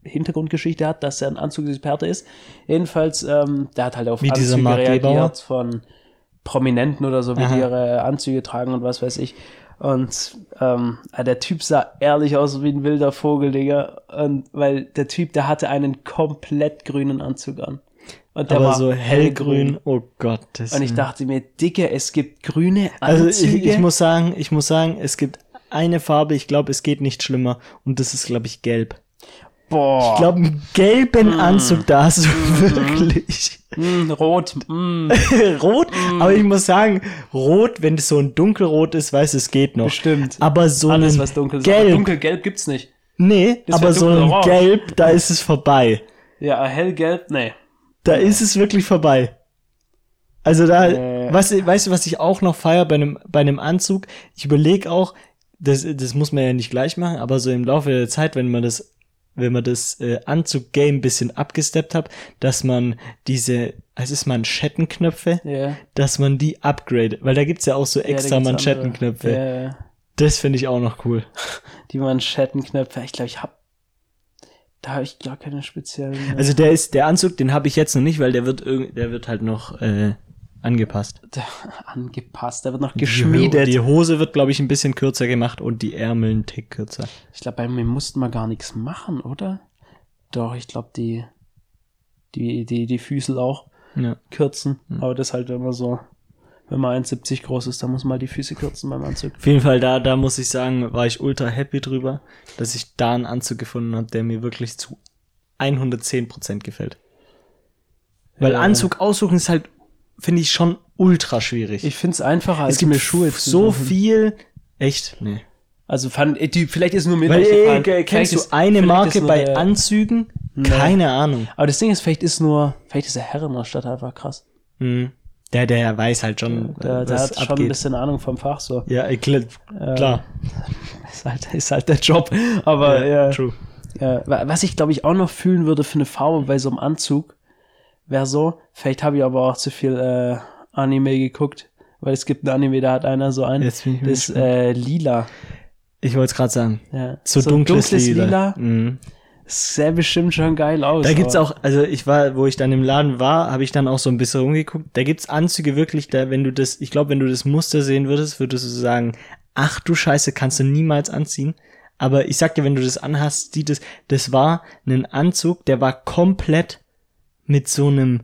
Speaker 2: Hintergrundgeschichte hat, dass er ein Anzugsexperte ist. Jedenfalls, ähm, der hat halt auf
Speaker 1: Wie dieser
Speaker 2: Anzüge
Speaker 1: Mark Gebauer?
Speaker 2: reagiert von Prominenten oder so, wie
Speaker 1: Aha.
Speaker 2: die ihre Anzüge tragen und was weiß ich. Und ähm, ah, der Typ sah ehrlich aus wie ein wilder Vogel, Digga. Und weil der Typ, der hatte einen komplett grünen Anzug an. Und der
Speaker 1: aber
Speaker 2: war
Speaker 1: so hellgrün, oh Gott. das-
Speaker 2: Und ich dachte mir, Dicke, es gibt grüne
Speaker 1: also
Speaker 2: Anzüge.
Speaker 1: ich, ich muss sagen, ich muss sagen, es gibt eine Farbe, ich glaube, es geht nicht schlimmer und das ist, glaube ich, gelb.
Speaker 2: Boah.
Speaker 1: Ich glaube, einen gelben Anzug, da hast du
Speaker 2: Mm-hmm.
Speaker 1: wirklich
Speaker 2: Mm, rot. Mm.
Speaker 1: rot. Aber ich muss sagen, rot, wenn es so ein dunkelrot ist, weiß es geht noch.
Speaker 2: Stimmt.
Speaker 1: Aber so
Speaker 2: Alles,
Speaker 1: ein
Speaker 2: was dunkel ist.
Speaker 1: gelb,
Speaker 2: Aber Dunkelgelb gibt's nicht.
Speaker 1: nee,
Speaker 2: Das wär
Speaker 1: aber so ein
Speaker 2: dunkelrohr.
Speaker 1: gelb, da ist es vorbei.
Speaker 2: Ja, äh, hellgelb, nee.
Speaker 1: Da ist es wirklich vorbei. Also da,
Speaker 2: Äh.
Speaker 1: was, weißt du, was ich auch noch feier bei einem, bei einem Anzug? Ich überlege auch, das, das muss man ja nicht gleich machen, aber so im Laufe der Zeit, wenn man das, wenn man das äh, Anzug-Game ein bisschen abgesteppt hat, dass man diese, als ist Manschettenknöpfe,
Speaker 2: Ja.
Speaker 1: dass man die upgradet, weil da gibt's ja auch so extra
Speaker 2: gibt's
Speaker 1: Manschettenknöpfe.
Speaker 2: andere. Ja, ja.
Speaker 1: Das finde ich auch noch cool.
Speaker 2: die Manschettenknöpfe. Ich glaube, ich habe da habe ich gar keine speziellen. äh,
Speaker 1: Also der ist, der Anzug, den habe ich jetzt noch nicht, weil der wird irgend, der wird halt noch äh, angepasst.
Speaker 2: da, angepasst, da wird noch
Speaker 1: geschmiedet.
Speaker 2: geschmiedet.
Speaker 1: Die Hose wird, glaube ich, ein bisschen kürzer gemacht und die Ärmel einen Tick kürzer.
Speaker 2: Ich glaube, bei mir mussten wir gar nichts machen, oder? Doch, ich glaube, die die die die Füßel auch
Speaker 1: Ja.
Speaker 2: kürzen,
Speaker 1: Hm.
Speaker 2: aber das halt wenn man so wenn man 1,70 groß ist, dann muss man halt die Füße kürzen beim Anzug.
Speaker 1: Auf jeden Fall, da, da muss ich sagen, war ich ultra happy drüber, dass ich da einen Anzug gefunden habe, der mir wirklich zu 110% gefällt. Weil
Speaker 2: Ja.
Speaker 1: Anzug aussuchen ist halt, finde ich, schon ultra schwierig.
Speaker 2: Ich finde es einfacher als
Speaker 1: es gibt
Speaker 2: mir Schuhe zu
Speaker 1: so
Speaker 2: suchen.
Speaker 1: viel. Echt? Nee.
Speaker 2: Also fand äh, die, vielleicht ist nur mir
Speaker 1: Weil,
Speaker 2: nicht gefallen.
Speaker 1: ey,
Speaker 2: Vielleicht
Speaker 1: kennst du
Speaker 2: ist-
Speaker 1: eine
Speaker 2: vielleicht
Speaker 1: Marke
Speaker 2: ist nur
Speaker 1: bei
Speaker 2: der-
Speaker 1: Anzügen? Keine Ahnung.
Speaker 2: Aber das Ding ist, vielleicht ist nur, vielleicht ist der Herrenstadt einfach krass.
Speaker 1: Hm. Der, der weiß halt schon,
Speaker 2: Der, der
Speaker 1: was
Speaker 2: hat schon ein
Speaker 1: abgeht.
Speaker 2: bisschen Ahnung vom Fach so.
Speaker 1: ja, äh, klar. klar.
Speaker 2: Ist halt, ist halt der Job. Aber ja,
Speaker 1: True.
Speaker 2: ja, wa- was ich glaube ich auch noch fühlen würde für eine Farbe bei so einem Anzug, wäre so, vielleicht habe ich aber auch zu viel äh, Anime geguckt, weil es gibt ein Anime, da hat einer so einen,
Speaker 1: Jetzt bin ich mal
Speaker 2: das ist
Speaker 1: gespannt.
Speaker 2: äh, lila.
Speaker 1: Ich wollte es gerade sagen.
Speaker 2: Ja.
Speaker 1: Zu
Speaker 2: so ein
Speaker 1: dunkles, Lila. Mhm.
Speaker 2: Das sähe bestimmt schon geil aus.
Speaker 1: Da gibt's
Speaker 2: aber-
Speaker 1: auch, also ich war, wo ich dann im Laden war, habe ich dann auch so ein bisschen rumgeguckt. Da gibt's Anzüge wirklich, da wenn du das, ich glaube, wenn du das Muster sehen würdest, würdest du sagen, ach du Scheiße, kannst du niemals anziehen. Aber ich sag dir, wenn du das anhast, sieht es, das war ein Anzug, der war komplett mit so einem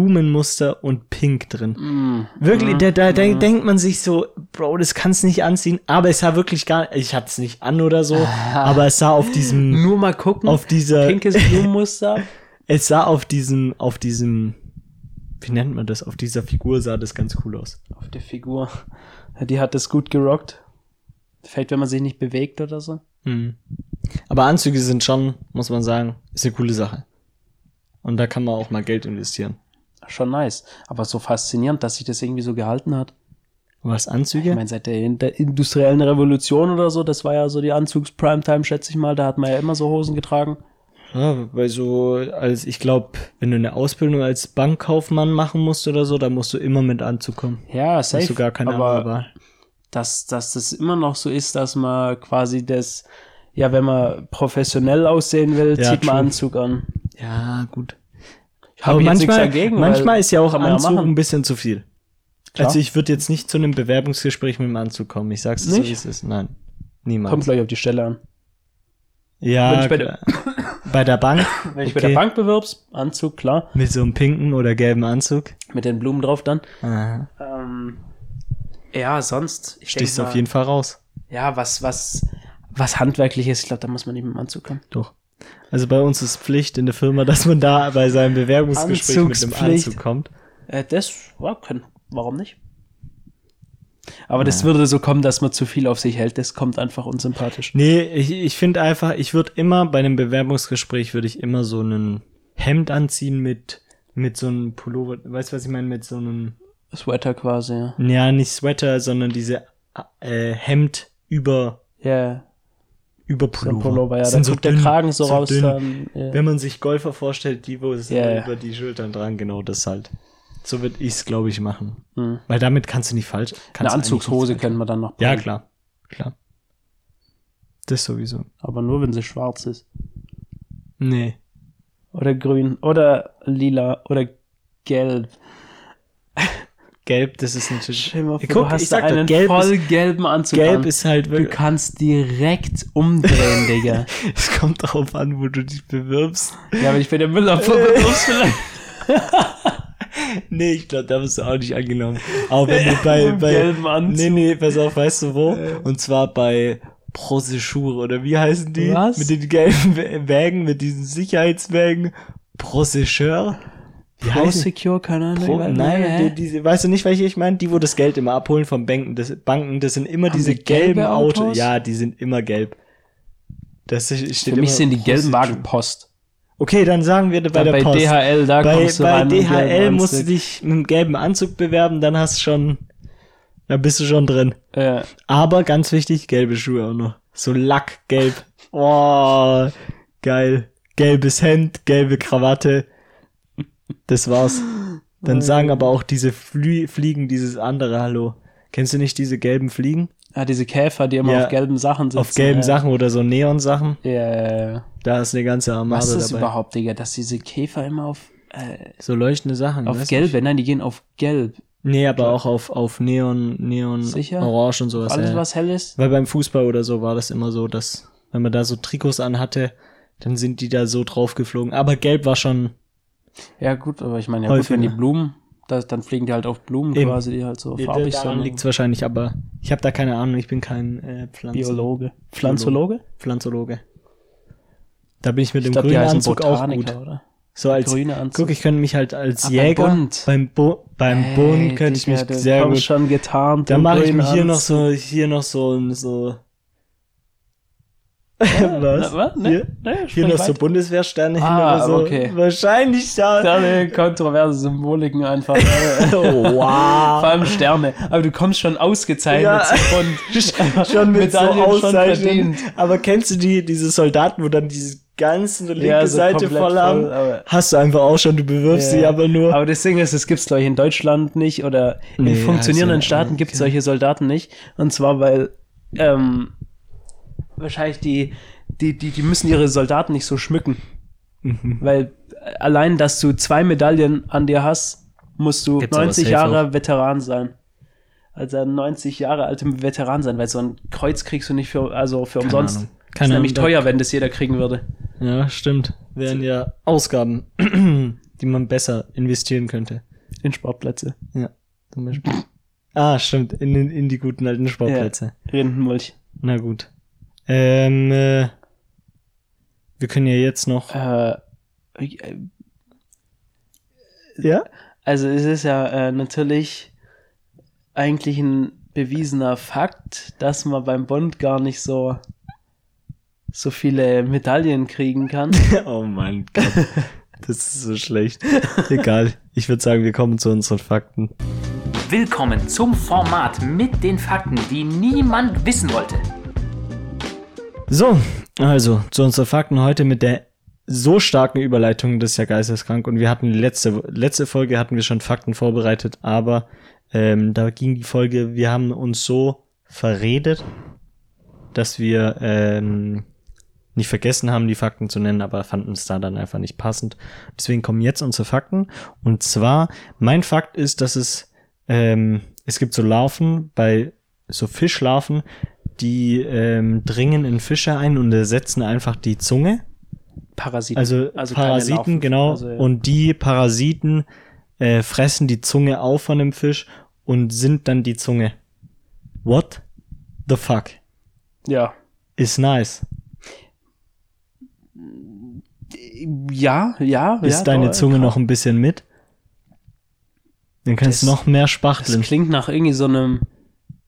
Speaker 1: Blumenmuster und Pink drin.
Speaker 2: Mm.
Speaker 1: Wirklich, da, da, da
Speaker 2: Mhm.
Speaker 1: denkt man sich so, Bro, das kannst nicht anziehen. Aber es sah wirklich gar, ich hatte es nicht an oder so, aber es sah auf diesem,
Speaker 2: Nur mal gucken.
Speaker 1: auf dieser,
Speaker 2: Pinkes Blumenmuster.
Speaker 1: es sah auf diesem, auf diesem, wie nennt man das? Auf dieser Figur sah das ganz cool aus.
Speaker 2: auf der Figur. Ja, Die hat das gut gerockt. Fällt, wenn man sich nicht bewegt oder so.
Speaker 1: Mhm. Aber Anzüge sind schon, muss man sagen, ist eine coole Sache. Und da kann man auch mal Geld investieren.
Speaker 2: Schon nice. Aber so faszinierend, dass sich das irgendwie so gehalten hat.
Speaker 1: Was
Speaker 2: Ich
Speaker 1: Anzüge?
Speaker 2: meine, seit der, in- der industriellen Revolution oder so, das war ja so die Anzugs-Primetime, schätze ich mal. Da hat man ja immer so Hosen getragen.
Speaker 1: Ja, weil so, als ich glaube, wenn du eine Ausbildung als Bankkaufmann machen musst oder so, da musst du immer mit Anzug kommen.
Speaker 2: Ja, safe.
Speaker 1: Hast du gar keine
Speaker 2: aber
Speaker 1: andere Wahl.
Speaker 2: dass, dass das immer noch so ist, dass man quasi das, ja, wenn man professionell aussehen will,
Speaker 1: Ja,
Speaker 2: zieht man
Speaker 1: true.
Speaker 2: Anzug an.
Speaker 1: Ja, gut.
Speaker 2: Hab
Speaker 1: Aber
Speaker 2: ich jetzt nichts
Speaker 1: manchmal,
Speaker 2: dagegen, weil
Speaker 1: manchmal ist ja auch
Speaker 2: kann man ja
Speaker 1: Anzug
Speaker 2: machen.
Speaker 1: ein bisschen zu viel.
Speaker 2: Klar.
Speaker 1: Also ich würde jetzt nicht zu einem Bewerbungsgespräch mit dem Anzug kommen. Ich sag's dir so,
Speaker 2: Nicht?
Speaker 1: wie es ist. Nein.
Speaker 2: Kommt
Speaker 1: Niemals.
Speaker 2: gleich auf die Stelle an. wenn
Speaker 1: ja,
Speaker 2: ich bei
Speaker 1: klar. bei der Bank.
Speaker 2: Wenn ich bei der
Speaker 1: okay,
Speaker 2: Bank bewirbst, Anzug, klar,
Speaker 1: Mit so einem pinken oder gelben Anzug. Ah,
Speaker 2: mit den Blumen drauf dann.
Speaker 1: Aha.
Speaker 2: Ähm, ja, sonst. Ich
Speaker 1: Stichst du
Speaker 2: denk
Speaker 1: auf
Speaker 2: mal,
Speaker 1: jeden Fall raus.
Speaker 2: Ja, was, was, was handwerkliches, ich glaube, da muss man nicht mit dem Anzug kommen.
Speaker 1: Doch. Also bei uns ist Pflicht in der Firma, dass man da bei seinem Bewerbungsgespräch mit einem
Speaker 2: Anzugspflicht.
Speaker 1: Anzug kommt.
Speaker 2: Äh, das, ja, können, warum nicht? Aber das würde so kommen, dass man zu viel auf sich hält. Das kommt einfach unsympathisch.
Speaker 1: Nee, ich, ich finde einfach, ich würde immer bei einem Bewerbungsgespräch würde ich immer so einen Hemd anziehen mit mit so einem Pullover, weißt du, was ich meine mit so einem
Speaker 2: Sweater quasi, ja.
Speaker 1: ja, nicht Sweater, sondern diese äh, Hemd über
Speaker 2: Ja,
Speaker 1: über
Speaker 2: so
Speaker 1: Pullover.
Speaker 2: ein Pullover, ja.
Speaker 1: Das
Speaker 2: Da
Speaker 1: sind so
Speaker 2: guckt der
Speaker 1: dünn,
Speaker 2: Kragen so, raus.
Speaker 1: dünn.
Speaker 2: Dann, ja.
Speaker 1: Wenn man sich Golfer vorstellt, die wo es
Speaker 2: Ja,
Speaker 1: immer
Speaker 2: ja.
Speaker 1: über die Schultern dran, genau das halt. So würde ich's glaube ich machen,
Speaker 2: Hm.
Speaker 1: weil damit kannst du nicht falsch.
Speaker 2: Eine
Speaker 1: kannst eigentlich
Speaker 2: Anzugshose
Speaker 1: nichts falsch
Speaker 2: können wir dann noch
Speaker 1: machen. Ja,
Speaker 2: bringen.
Speaker 1: klar. Klar. Das sowieso.
Speaker 2: Aber nur, wenn sie schwarz ist.
Speaker 1: Nee.
Speaker 2: Oder grün. Oder lila. Oder gelb.
Speaker 1: Gelb, das ist natürlich.
Speaker 2: Stell dir mal vor,
Speaker 1: Guck,
Speaker 2: du hast
Speaker 1: ich sag doch,
Speaker 2: einen
Speaker 1: gelb ist-
Speaker 2: voll gelben Anzug
Speaker 1: Gelb
Speaker 2: an.
Speaker 1: ist halt
Speaker 2: Du
Speaker 1: wirklich.
Speaker 2: kannst direkt umdrehen, Digga.
Speaker 1: Es kommt drauf an, wo du dich bewirbst.
Speaker 2: Ja, wenn ich bei der Müllabfuhr benutzt vielleicht.
Speaker 1: Nee, ich glaube, da wirst du auch nicht angenommen. Aber wenn du bei,
Speaker 2: Im
Speaker 1: bei
Speaker 2: gelben Anzug.
Speaker 1: Nee, nee, pass auf, weißt du wo? Und zwar bei Prosecure oder wie heißen die?
Speaker 2: Was?
Speaker 1: Mit den gelben Wä- Wägen, mit diesen Sicherheitswägen. Prosecure? Wie
Speaker 2: Pro
Speaker 1: heißen die?
Speaker 2: Secure, keine Ahnung.
Speaker 1: Pro
Speaker 2: weil-
Speaker 1: Nein,
Speaker 2: hä?
Speaker 1: die, diese, weißt du nicht, welche ich meine? Die, wo das Geld immer abholen von Banken, das, Banken, das sind immer
Speaker 2: Haben
Speaker 1: diese
Speaker 2: die gelbe
Speaker 1: gelben Autos.
Speaker 2: Autos?
Speaker 1: Ja, die sind immer gelb. Das ist- steht
Speaker 2: Für mich
Speaker 1: immer
Speaker 2: sind die gelben
Speaker 1: Prosecure.
Speaker 2: Wagen Post.
Speaker 1: Okay, dann sagen wir bei
Speaker 2: Dann
Speaker 1: der
Speaker 2: bei
Speaker 1: Post.
Speaker 2: DHL, da
Speaker 1: bei,
Speaker 2: kommst du
Speaker 1: bei
Speaker 2: rein. mit gelben
Speaker 1: DHL musst du
Speaker 2: Anzug.
Speaker 1: dich mit einem gelben Anzug bewerben, dann hast du schon, dann bist du schon drin.
Speaker 2: Äh,
Speaker 1: Aber ganz wichtig, gelbe Schuhe auch noch. So lackgelb. Oh, geil. Gelbes Hemd, gelbe Krawatte. Das war's. Dann sagen aber auch diese Flü Fliegen dieses andere Hallo. Kennst du nicht diese gelben Fliegen?
Speaker 2: ah, diese Käfer, die immer
Speaker 1: Ja,
Speaker 2: auf gelben Sachen sitzen.
Speaker 1: Auf gelben
Speaker 2: äh,
Speaker 1: Sachen oder so Neon-Sachen.
Speaker 2: Ja, ja, ja.
Speaker 1: Da ist eine ganze Armade
Speaker 2: Was ist das
Speaker 1: dabei.
Speaker 2: überhaupt, Digga, dass diese Käfer immer auf, äh,
Speaker 1: So leuchtende Sachen.
Speaker 2: auf
Speaker 1: weißt du?
Speaker 2: gelb, nein, die gehen auf gelb.
Speaker 1: Nee, aber auch auf, auf Neon, Neon,
Speaker 2: Sicher?
Speaker 1: Orange und sowas.
Speaker 2: Alles,
Speaker 1: ja.
Speaker 2: was hell ist.
Speaker 1: Weil beim Fußball oder so war das immer so, dass wenn man da so Trikots anhatte, dann sind die da so drauf geflogen. Aber gelb war schon,
Speaker 2: Ja, gut, aber ich meine, ja, gut,
Speaker 1: Häufiger.
Speaker 2: wenn die Blumen, das, dann fliegen die halt auf Blumen
Speaker 1: Eben.
Speaker 2: quasi, die halt so farbig
Speaker 1: daran
Speaker 2: sind.
Speaker 1: liegt's wahrscheinlich, aber ich habe da keine Ahnung, ich bin kein äh, Pflanzen
Speaker 2: Biologe. Pflanzologe?
Speaker 1: Pflanzologe. Da bin ich mit
Speaker 2: Ich
Speaker 1: dem
Speaker 2: glaube, die
Speaker 1: grünen
Speaker 2: heißen
Speaker 1: Anzug auch gut.
Speaker 2: Botaniker, oder?
Speaker 1: So als,
Speaker 2: Grüne Anzug.
Speaker 1: guck, ich könnte mich halt als
Speaker 2: Ah, beim
Speaker 1: Jäger,
Speaker 2: Bund.
Speaker 1: beim, Bo beim Bund könnte ich mich sehr gut
Speaker 2: schon getarnt.
Speaker 1: Dann
Speaker 2: im
Speaker 1: mache ich
Speaker 2: grünen
Speaker 1: mir hier
Speaker 2: Anzug.
Speaker 1: noch so, hier noch so, ein- so Was?
Speaker 2: Na, was? Ne?
Speaker 1: Hier,
Speaker 2: Ne?
Speaker 1: hier
Speaker 2: Sprich
Speaker 1: noch so
Speaker 2: weiter.
Speaker 1: Bundeswehrsterne hin
Speaker 2: Ah,
Speaker 1: oder so.
Speaker 2: okay.
Speaker 1: Wahrscheinlich da.
Speaker 2: Sterne, kontroverse Symboliken einfach.
Speaker 1: Oh,
Speaker 2: Vor
Speaker 1: wow.
Speaker 2: allem Sterne. Aber du kommst schon ausgezeichnet
Speaker 1: Ja.
Speaker 2: und
Speaker 1: Schon mit so
Speaker 2: Medaillen schon
Speaker 1: Auszeichnungen.
Speaker 2: verdient.
Speaker 1: Aber kennst du die, diese Soldaten, wo dann diese ganzen linke
Speaker 2: Ja, so
Speaker 1: Seite
Speaker 2: komplett
Speaker 1: voll haben?
Speaker 2: voll, aber-
Speaker 1: Hast du einfach auch schon, du bewirbst sie
Speaker 2: Ja.
Speaker 1: aber nur.
Speaker 2: Aber das Ding ist, es gibt's glaube ich in Deutschland nicht oder in
Speaker 1: Nee,
Speaker 2: funktionierenden
Speaker 1: also,
Speaker 2: Staaten gibt's solche Soldaten nicht. Und zwar, weil ähm, wahrscheinlich die, die, die, die müssen ihre Soldaten nicht so schmücken.
Speaker 1: Mhm.
Speaker 2: Weil allein, dass du zwei Medaillen an dir hast, musst du
Speaker 3: Gibt's aber
Speaker 2: 90
Speaker 3: safe
Speaker 2: Jahre Veteran sein. Also ein 90 Jahre altem Veteran sein, weil so ein Kreuz kriegst du nicht für, also für umsonst.
Speaker 3: Ahnung.
Speaker 2: das
Speaker 1: Keine
Speaker 2: ist nämlich
Speaker 1: Ahnung, da-
Speaker 2: teuer, wenn das jeder kriegen würde.
Speaker 1: Ja, stimmt. Wären ja Ausgaben, die man besser investieren könnte.
Speaker 2: In Sportplätze.
Speaker 1: Ja, zum Beispiel. ah, stimmt. In, den- in die guten alten Sportplätze.
Speaker 2: Rindenmulch.
Speaker 1: Na gut. Ähm, äh, wir können ja jetzt noch.
Speaker 2: Äh,
Speaker 1: Ja?
Speaker 2: also es ist ja äh, natürlich eigentlich ein bewiesener Fakt, dass man beim Bond gar nicht so so viele Medaillen kriegen kann.
Speaker 1: Oh mein Gott. Das ist so schlecht. Egal. Ich würde sagen, wir kommen zu unseren Fakten.
Speaker 3: Willkommen zum Format mit den Fakten, die niemand wissen wollte.
Speaker 1: So, also zu unseren Fakten heute mit der so starken Überleitung, das ist ja geisteskrank. Und wir hatten letzte, letzte Folge hatten wir schon Fakten vorbereitet, aber ähm, da ging die Folge, wir haben uns so verredet, dass wir ähm, nicht vergessen haben, die Fakten zu nennen, aber fanden es da dann einfach nicht passend. Deswegen kommen jetzt unsere Fakten. Und zwar, mein Fakt ist, dass es, ähm, es gibt so Larven bei so Fischlarven, die ähm, dringen in Fische ein und ersetzen einfach die Zunge.
Speaker 2: Parasiten.
Speaker 1: Also,
Speaker 2: kleine
Speaker 1: Parasiten,
Speaker 2: Larven.
Speaker 1: genau.
Speaker 2: Also, ja.
Speaker 1: Und die Parasiten äh, fressen die Zunge auf von dem Fisch und sind dann die Zunge. What the fuck?
Speaker 2: ja.
Speaker 1: Ist nice.
Speaker 2: Ja, ja.
Speaker 1: Ist
Speaker 2: ja,
Speaker 1: deine
Speaker 2: doch,
Speaker 1: Zunge
Speaker 2: krass.
Speaker 1: noch ein bisschen mit? Dann kannst du
Speaker 2: Das-
Speaker 1: noch mehr
Speaker 2: Das
Speaker 1: spachteln.
Speaker 2: klingt nach irgendwie so einem,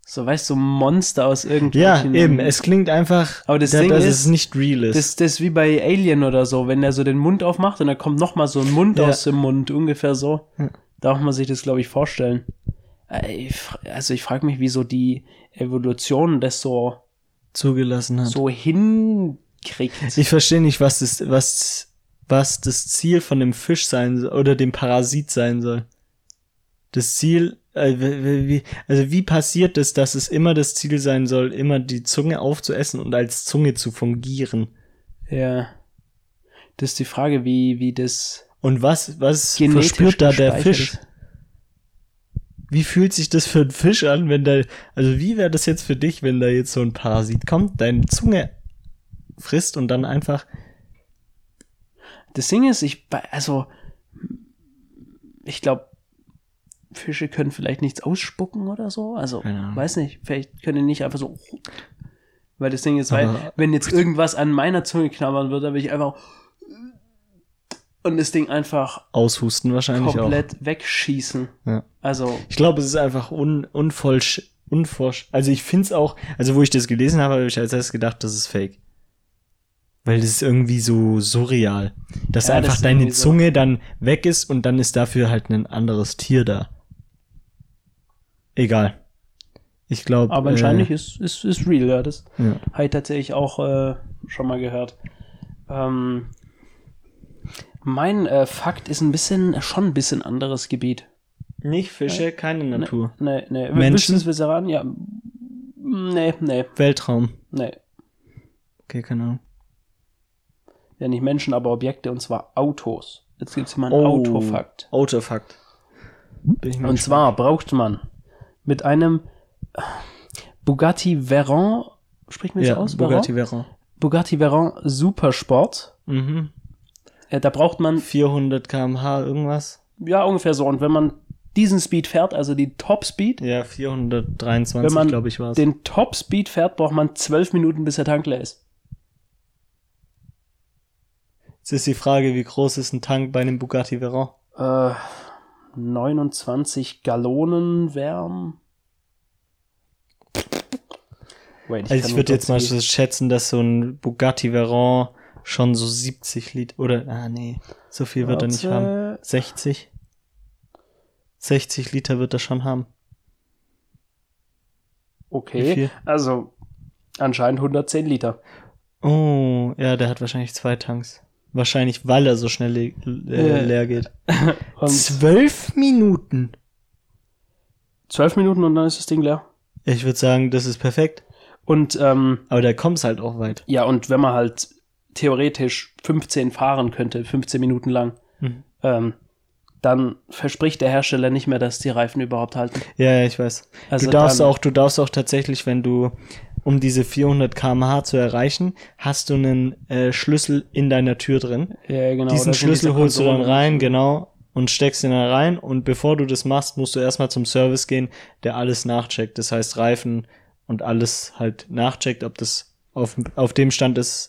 Speaker 2: so weißt du, Monster aus
Speaker 1: Ja,
Speaker 2: irgendwelchen.
Speaker 1: eben. Es klingt einfach,
Speaker 2: Aber das
Speaker 1: da,
Speaker 2: Ding
Speaker 1: dass
Speaker 2: ist,
Speaker 1: es nicht real ist.
Speaker 2: Das, das ist wie bei Alien oder so, wenn der so den Mund aufmacht und dann kommt noch mal so ein Mund
Speaker 1: Ja.
Speaker 2: aus dem Mund, ungefähr so.
Speaker 1: Ja.
Speaker 2: Darf man sich das, glaube ich, vorstellen. Äh, ich fra- Also ich frage mich, wieso die Evolution das so,
Speaker 1: zugelassen hat.
Speaker 2: so hinkriegt.
Speaker 1: Ich verstehe nicht, was das, was, was das Ziel von dem Fisch sein soll oder dem Parasit sein soll. Das Ziel, äh, wie- wie, wie- also wie passiert es, dass es immer das Ziel sein soll, immer die Zunge aufzuessen und als Zunge zu fungieren?
Speaker 2: ja. Das ist die Frage, wie, wie das
Speaker 1: Und was, was
Speaker 2: genetisch
Speaker 1: verspürt da der
Speaker 2: gespeichert
Speaker 1: Fisch?
Speaker 2: ist.
Speaker 1: Wie fühlt sich das für einen Fisch an, wenn da, also wie wäre das jetzt für dich, wenn da jetzt so ein Parasit kommt, deine Zunge frisst und dann einfach,
Speaker 2: Das Ding ist, ich, bei- also, ich glaube, Fische können vielleicht nichts ausspucken oder so. Also,
Speaker 1: Keine Ahnung.
Speaker 2: weiß nicht, vielleicht können die nicht einfach so. Weil das Ding ist, weil,
Speaker 1: Aber-
Speaker 2: wenn jetzt irgendwas an meiner Zunge knabbern würde, dann würde ich einfach. Und das Ding einfach
Speaker 1: aushusten wahrscheinlich auch.
Speaker 2: komplett wegschießen.
Speaker 1: Ja.
Speaker 2: Also,
Speaker 1: Ich glaube, es ist einfach un, unvollsch, unforsch. Also ich finde es auch, also wo ich das gelesen habe, habe ich als erstes gedacht, das ist fake. Weil das ist irgendwie so surreal. Dass
Speaker 2: Ja, das
Speaker 1: einfach
Speaker 2: ist
Speaker 1: deine
Speaker 2: irgendwie so.
Speaker 1: Zunge dann weg ist und dann ist dafür halt ein anderes Tier da. Egal. Ich glaube.
Speaker 2: aber wahrscheinlich
Speaker 1: Äh.
Speaker 2: ist, ist, ist real, ja. Das
Speaker 1: Ja.
Speaker 2: habe ich tatsächlich auch äh, schon mal gehört. Ähm, mein äh, Fakt ist ein bisschen, schon ein bisschen anderes Gebiet.
Speaker 1: Nicht Fische, keine Natur.
Speaker 2: Nee, nee.
Speaker 1: Menschen?
Speaker 2: Menschen? Willst du es ran? Ja. Nee, nee,
Speaker 1: Weltraum.
Speaker 2: nee.
Speaker 1: Okay, keine Ahnung.
Speaker 2: Ja, nicht Menschen, aber Objekte und zwar Autos. Jetzt gibt es mal einen
Speaker 1: Oh.
Speaker 2: Autofakt. Hm?
Speaker 1: Autofakt. Bin ich mal
Speaker 2: Und
Speaker 1: gespannt.
Speaker 2: zwar braucht man mit einem Bugatti Veyron, spricht man das
Speaker 1: ja,
Speaker 2: aus?
Speaker 1: Bugatti
Speaker 2: Veyron?
Speaker 1: Veyron.
Speaker 2: Bugatti Veyron Supersport.
Speaker 1: Mhm.
Speaker 2: Äh, da braucht man
Speaker 1: 400 km/h irgendwas.
Speaker 2: ja ungefähr so. Und wenn man diesen Speed fährt, also die Top Speed,
Speaker 1: Ja, 423,
Speaker 2: wenn man
Speaker 1: glaube ich, war es.
Speaker 2: den Top Speed fährt, braucht man zwölf Minuten, bis der Tank leer ist.
Speaker 1: Jetzt ist die Frage, wie groß ist ein Tank bei einem Bugatti Veyron?
Speaker 2: Äh, 29 Gallonen wärm. Wait,
Speaker 1: Also
Speaker 2: kann
Speaker 1: ich
Speaker 2: nur
Speaker 1: würde jetzt mal
Speaker 2: kurz
Speaker 1: so schätzen, dass so ein Bugatti Veyron schon so 70 Liter oder ah nee, so viel wird er nicht haben.
Speaker 2: Warte.
Speaker 1: 60? 60 Liter wird er schon haben. Wie
Speaker 2: Okay,
Speaker 1: viel?
Speaker 2: also anscheinend 110 Liter.
Speaker 1: Oh, ja, der hat wahrscheinlich zwei Tanks. Wahrscheinlich, weil er so schnell le äh,
Speaker 2: Äh.
Speaker 1: leer geht.
Speaker 2: Und
Speaker 1: Zwölf Minuten.
Speaker 2: 12 Minuten und dann ist das Ding leer.
Speaker 1: Ich würde sagen, das ist perfekt.
Speaker 2: Und ähm,
Speaker 1: Aber da kommt's halt auch weit.
Speaker 2: ja, und wenn man halt theoretisch 15 fahren könnte, 15 Minuten lang,
Speaker 1: Mhm.
Speaker 2: ähm, dann verspricht der Hersteller nicht mehr, dass die Reifen überhaupt halten.
Speaker 1: Ja, ja, ich weiß.
Speaker 2: Also
Speaker 1: du darfst
Speaker 2: dann-
Speaker 1: auch, du darfst auch tatsächlich, wenn du um diese 400 km/h zu erreichen, hast du einen äh, Schlüssel in deiner Tür drin.
Speaker 2: Ja, genau.
Speaker 1: Diesen
Speaker 2: das sind
Speaker 1: Schlüssel
Speaker 2: diese
Speaker 1: holst du dann
Speaker 2: Konsolen.
Speaker 1: rein, genau, und steckst ihn dann rein. Und bevor du das machst, musst du erstmal zum Service gehen, der alles nachcheckt. Das heißt Reifen und alles halt nachcheckt, ob das auf, auf dem Stand ist.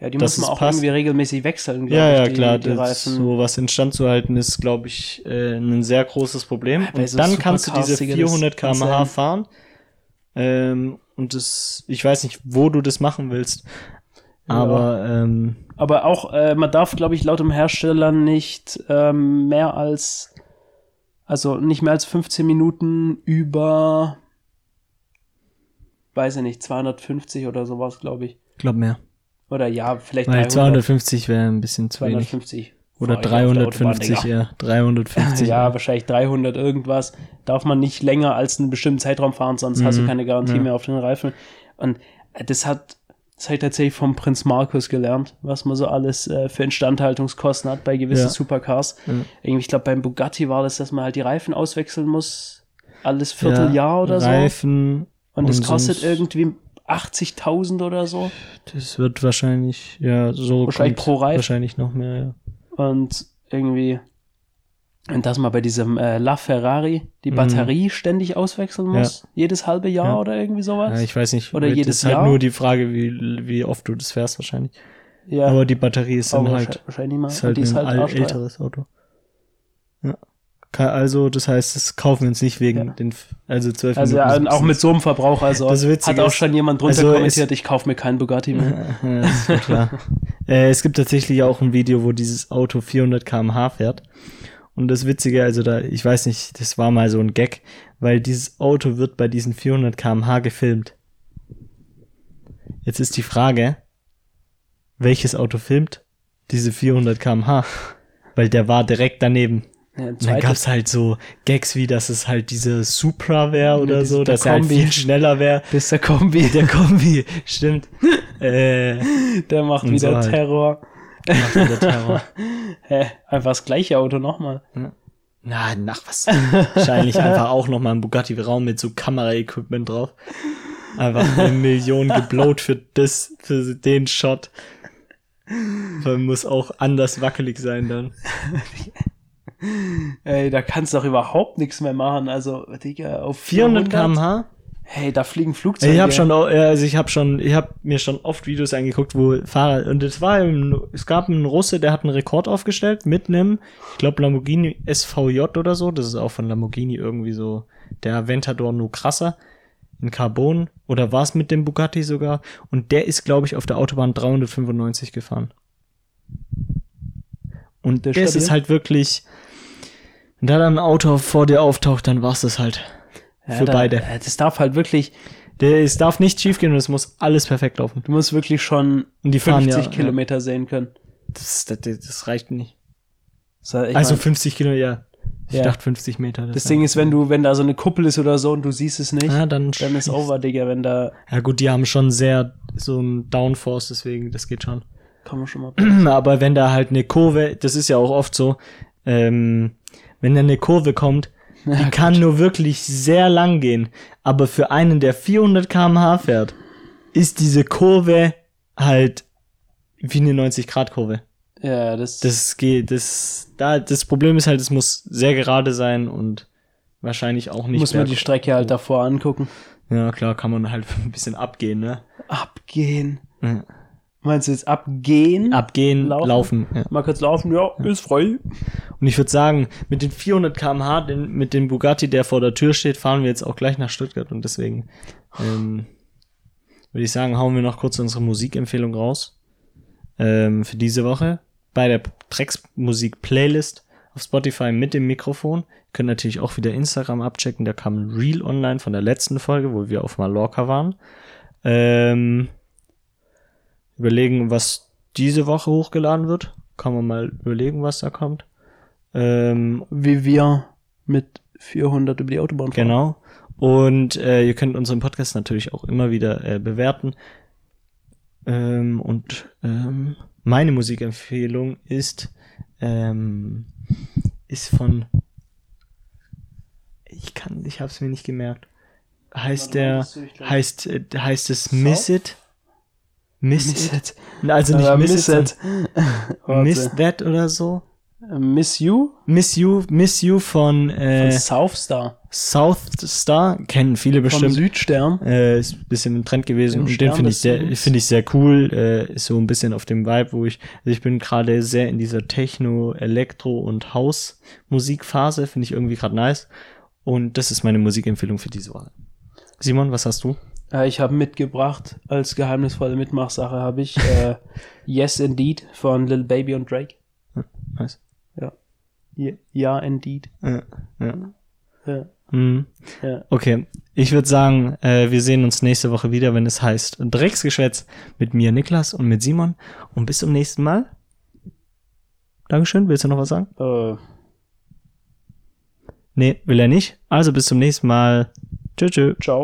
Speaker 2: Ja, die
Speaker 1: dass
Speaker 2: muss man
Speaker 1: es
Speaker 2: auch
Speaker 1: passt.
Speaker 2: irgendwie regelmäßig wechseln. glaub
Speaker 1: Ja,
Speaker 2: ich,
Speaker 1: ja,
Speaker 2: die,
Speaker 1: klar.
Speaker 2: Die
Speaker 1: das,
Speaker 2: Reifen.
Speaker 1: sowas instand zu halten ist, glaube ich, äh, ein sehr großes Problem.
Speaker 2: Bei
Speaker 1: Und
Speaker 2: so
Speaker 1: dann kannst du diese
Speaker 2: Supercars-Dingern
Speaker 1: 400
Speaker 2: ist das
Speaker 1: km/h
Speaker 2: insane.
Speaker 1: fahren. Ähm, und das, ich weiß nicht, wo du das machen willst.
Speaker 2: Ja.
Speaker 1: Aber ähm,
Speaker 2: Aber auch, äh, man darf, glaube ich, laut dem Hersteller nicht ähm, mehr als, also nicht mehr als 15 Minuten über, weiß ich nicht, 250 oder sowas, glaube ich.
Speaker 1: glaub mehr.
Speaker 2: Oder ja, vielleicht
Speaker 1: Weil
Speaker 2: 300,
Speaker 1: 250 wäre ein bisschen zu wenig.
Speaker 2: 250.
Speaker 1: Oder
Speaker 2: Fahr ich auf der Autobahn,
Speaker 1: 350,
Speaker 2: Digga.
Speaker 1: ja. 350.
Speaker 2: Ja, wahrscheinlich 300 irgendwas. Darf man nicht länger als einen bestimmten Zeitraum fahren, sonst hast du
Speaker 1: Mhm,
Speaker 2: keine Garantie
Speaker 1: ja.
Speaker 2: mehr auf den Reifen. Und äh, das hat, das habe ich tatsächlich vom Prinz Markus gelernt, was man so alles äh, für Instandhaltungskosten hat bei gewissen
Speaker 1: Ja.
Speaker 2: Supercars.
Speaker 1: Ja.
Speaker 2: Irgendwie, ich glaube, beim Bugatti war das, dass man halt die Reifen auswechseln muss. Alles Vierteljahr oder so.
Speaker 1: Reifen.
Speaker 2: Und es kostet
Speaker 1: sonst-
Speaker 2: irgendwie 80.000 oder so.
Speaker 1: Das wird wahrscheinlich, ja, so.
Speaker 2: Wahrscheinlich pro Reifen.
Speaker 1: Wahrscheinlich noch mehr, ja.
Speaker 2: Und irgendwie, und dass man bei diesem äh, LaFerrari die
Speaker 1: Mhm.
Speaker 2: Batterie ständig auswechseln muss, jedes halbe Jahr
Speaker 1: Ja.
Speaker 2: oder irgendwie sowas.
Speaker 1: ja. Ich weiß nicht.
Speaker 2: Oder
Speaker 1: das
Speaker 2: jedes
Speaker 1: ist halt
Speaker 2: Jahr?
Speaker 1: nur die Frage, wie, wie oft du das fährst, wahrscheinlich.
Speaker 2: ja,
Speaker 1: Aber die Batterie ist dann
Speaker 2: aber
Speaker 1: halt,
Speaker 2: wahrscheinlich- wahrscheinlich mal.
Speaker 1: ist
Speaker 2: Und
Speaker 1: halt
Speaker 2: die ist
Speaker 1: ein
Speaker 2: halt
Speaker 1: alt,
Speaker 2: arschteuer.
Speaker 1: älteres Auto. Ja. Ka- Also, das heißt, das kaufen wir uns nicht wegen
Speaker 2: Ja.
Speaker 1: den, F- also 12
Speaker 2: Also
Speaker 1: Minuten
Speaker 2: ja, und
Speaker 1: sind
Speaker 2: auch
Speaker 1: es
Speaker 2: mit so einem Verbrauch, also
Speaker 1: Das
Speaker 2: hat
Speaker 1: Witzige
Speaker 2: auch
Speaker 1: ist-
Speaker 2: schon jemand drunter
Speaker 1: also
Speaker 2: kommentiert, ich kaufe mir keinen Bugatti mehr.
Speaker 1: Ja, das war klar. äh, es gibt tatsächlich auch ein Video, wo dieses Auto 400 km/h fährt. Und das Witzige, also da, ich weiß nicht, das war mal so ein Gag, weil dieses Auto wird bei diesen 400 km/h gefilmt. Jetzt ist die Frage, welches Auto filmt diese 400 km/h? Weil der war direkt daneben.
Speaker 2: Ja, ein
Speaker 1: Und dann
Speaker 2: zweites-
Speaker 1: gab's halt so Gags wie, dass es halt diese Supra wäre oder
Speaker 2: diese-
Speaker 1: so,
Speaker 2: der
Speaker 1: dass er halt
Speaker 2: Kombi.
Speaker 1: viel schneller wäre.
Speaker 2: bis der Kombi,
Speaker 1: Der Kombi, stimmt. äh,
Speaker 2: der macht
Speaker 1: Und
Speaker 2: wieder
Speaker 1: so halt.
Speaker 2: Terror.
Speaker 1: macht wieder Terror.
Speaker 2: Hä, einfach das gleiche Auto nochmal.
Speaker 1: Na, nach was? Wahrscheinlich einfach auch nochmal ein Bugatti Raum mit so Kameraequipment drauf. Einfach eine Million geblowt für das, für den Shot. Man muss auch anders wackelig sein dann.
Speaker 2: Ey, da kannst du doch überhaupt nichts mehr machen. Also, Digga, auf
Speaker 1: 400
Speaker 2: 400,
Speaker 1: km/h?
Speaker 2: Hey, da fliegen Flugzeuge.
Speaker 1: Ich habe schon, au- ja, also ich habe schon, ich habe mir schon oft Videos angeguckt, wo Fahrer und es war, im, es gab einen Russe, der hat einen Rekord aufgestellt mit einem, ich glaube Lamborghini SVJ oder so. Das ist auch von Lamborghini irgendwie so der Aventador nur krasser in Carbon oder war es mit dem Bugatti sogar? Und der ist, glaube ich, auf der Autobahn 395 gefahren. Und
Speaker 2: Der
Speaker 1: das
Speaker 2: stabil?
Speaker 1: ist halt wirklich, wenn da dann ein Auto vor dir auftaucht, dann war's das halt.
Speaker 2: Ja,
Speaker 1: für
Speaker 2: da,
Speaker 1: beide.
Speaker 2: äh, Das darf halt wirklich,
Speaker 1: Der, es darf nicht schief gehen und es muss alles perfekt laufen.
Speaker 2: du musst wirklich schon
Speaker 1: Und die fahren
Speaker 2: 50
Speaker 1: ja.
Speaker 2: Kilometer sehen können.
Speaker 1: Das, das, das reicht nicht.
Speaker 2: So, ich
Speaker 1: also
Speaker 2: mein,
Speaker 1: 50 Kilometer, ja. Ich
Speaker 2: Ja.
Speaker 1: dachte 50 Meter.
Speaker 2: das Ding ist, wenn du, wenn da so eine Kuppel ist oder so und du siehst es nicht,
Speaker 1: Ja, dann,
Speaker 2: dann ist over, Digga, wenn da,
Speaker 1: Ja, gut, die haben schon sehr so einen Downforce, deswegen, das geht schon.
Speaker 2: komm wir schon mal.
Speaker 1: Aber wenn da halt eine Kurve, das ist ja auch oft so, ähm, wenn da eine Kurve kommt, die kann nur wirklich sehr lang gehen. Aber für einen, der 400 km/h fährt, ist diese Kurve halt wie eine 90-Grad-Kurve.
Speaker 2: Ja, das,
Speaker 1: Das geht, das, da, das Problem ist halt, es muss sehr gerade sein und wahrscheinlich auch nicht.
Speaker 2: muss man die
Speaker 1: berg-
Speaker 2: Strecke halt davor angucken.
Speaker 1: ja, klar, kann man halt ein bisschen abgehen, ne?
Speaker 2: Abgehen.
Speaker 1: Ja.
Speaker 2: Meinst du jetzt abgehen?
Speaker 1: Abgehen,
Speaker 2: Laufen?
Speaker 1: laufen. ja.
Speaker 2: Mal kurz laufen, ja, ist frei.
Speaker 1: Und ich würde sagen, mit den 400 km/h, den, mit dem Bugatti, der vor der Tür steht, fahren wir jetzt auch gleich nach Stuttgart und deswegen ähm, würde ich sagen, hauen wir noch kurz unsere Musikempfehlung raus ähm, für diese Woche bei der Drecksmusik-Playlist auf Spotify mit dem Mikrofon. Ihr könnt natürlich auch wieder Instagram abchecken, da kam ein Reel online von der letzten Folge, wo wir auf Mallorca waren. Ähm, überlegen, was diese Woche hochgeladen wird. Kann man mal überlegen, was da kommt. Ähm,
Speaker 2: Wie wir mit 400 über die Autobahn fahren.
Speaker 1: Genau. Und äh, ihr könnt unseren Podcast natürlich auch immer wieder äh, bewerten. Ähm, und ähm, meine Musikempfehlung ist, ähm, ist von. Ich kann, ich habe es mir nicht gemerkt. Heißt
Speaker 2: Warte mal,
Speaker 1: der,
Speaker 2: das suche ich gleich.
Speaker 1: heißt, äh, heißt es Miss It? Miss,
Speaker 2: Miss
Speaker 1: It? Also nicht
Speaker 2: Oder
Speaker 1: Miss,
Speaker 2: miss
Speaker 1: It,
Speaker 2: it.
Speaker 1: sondern
Speaker 2: Warte.
Speaker 1: Miss That oder so?
Speaker 2: Miss You
Speaker 1: Miss You, Miss You von,
Speaker 2: von
Speaker 1: äh,
Speaker 2: South Star.
Speaker 1: South Star kennen viele
Speaker 2: Vom
Speaker 1: bestimmt.
Speaker 2: Südstern.
Speaker 1: Äh, ist ein bisschen im Trend gewesen
Speaker 2: Im
Speaker 1: und den
Speaker 2: Stern
Speaker 1: finde ich
Speaker 2: des
Speaker 1: sehr,
Speaker 2: Südens.
Speaker 1: finde ich sehr cool. Äh, ist so ein bisschen auf dem Vibe, wo ich, also ich bin gerade sehr in dieser Techno, Elektro und House-Musikphase, finde ich irgendwie gerade nice. Und das ist meine Musikempfehlung für diese Woche. Simon, was hast du?
Speaker 2: Äh, ich habe mitgebracht, als geheimnisvolle Mitmachsache habe ich äh, Yes Indeed von Lil Baby und Drake.
Speaker 1: Nice.
Speaker 2: Ye- Ja, Indeed.
Speaker 1: Äh, ja.
Speaker 2: Ja,
Speaker 1: Hm.
Speaker 2: ja.
Speaker 1: Okay, ich würde sagen, äh, wir sehen uns nächste Woche wieder, wenn es heißt Drecksgeschwätz mit mir, Niklas und mit Simon. Und bis zum nächsten Mal. Dankeschön. Willst du noch was sagen?
Speaker 2: Äh,
Speaker 1: Nee, will er nicht. Also bis zum nächsten Mal. Tschö, tschö.
Speaker 2: ciao.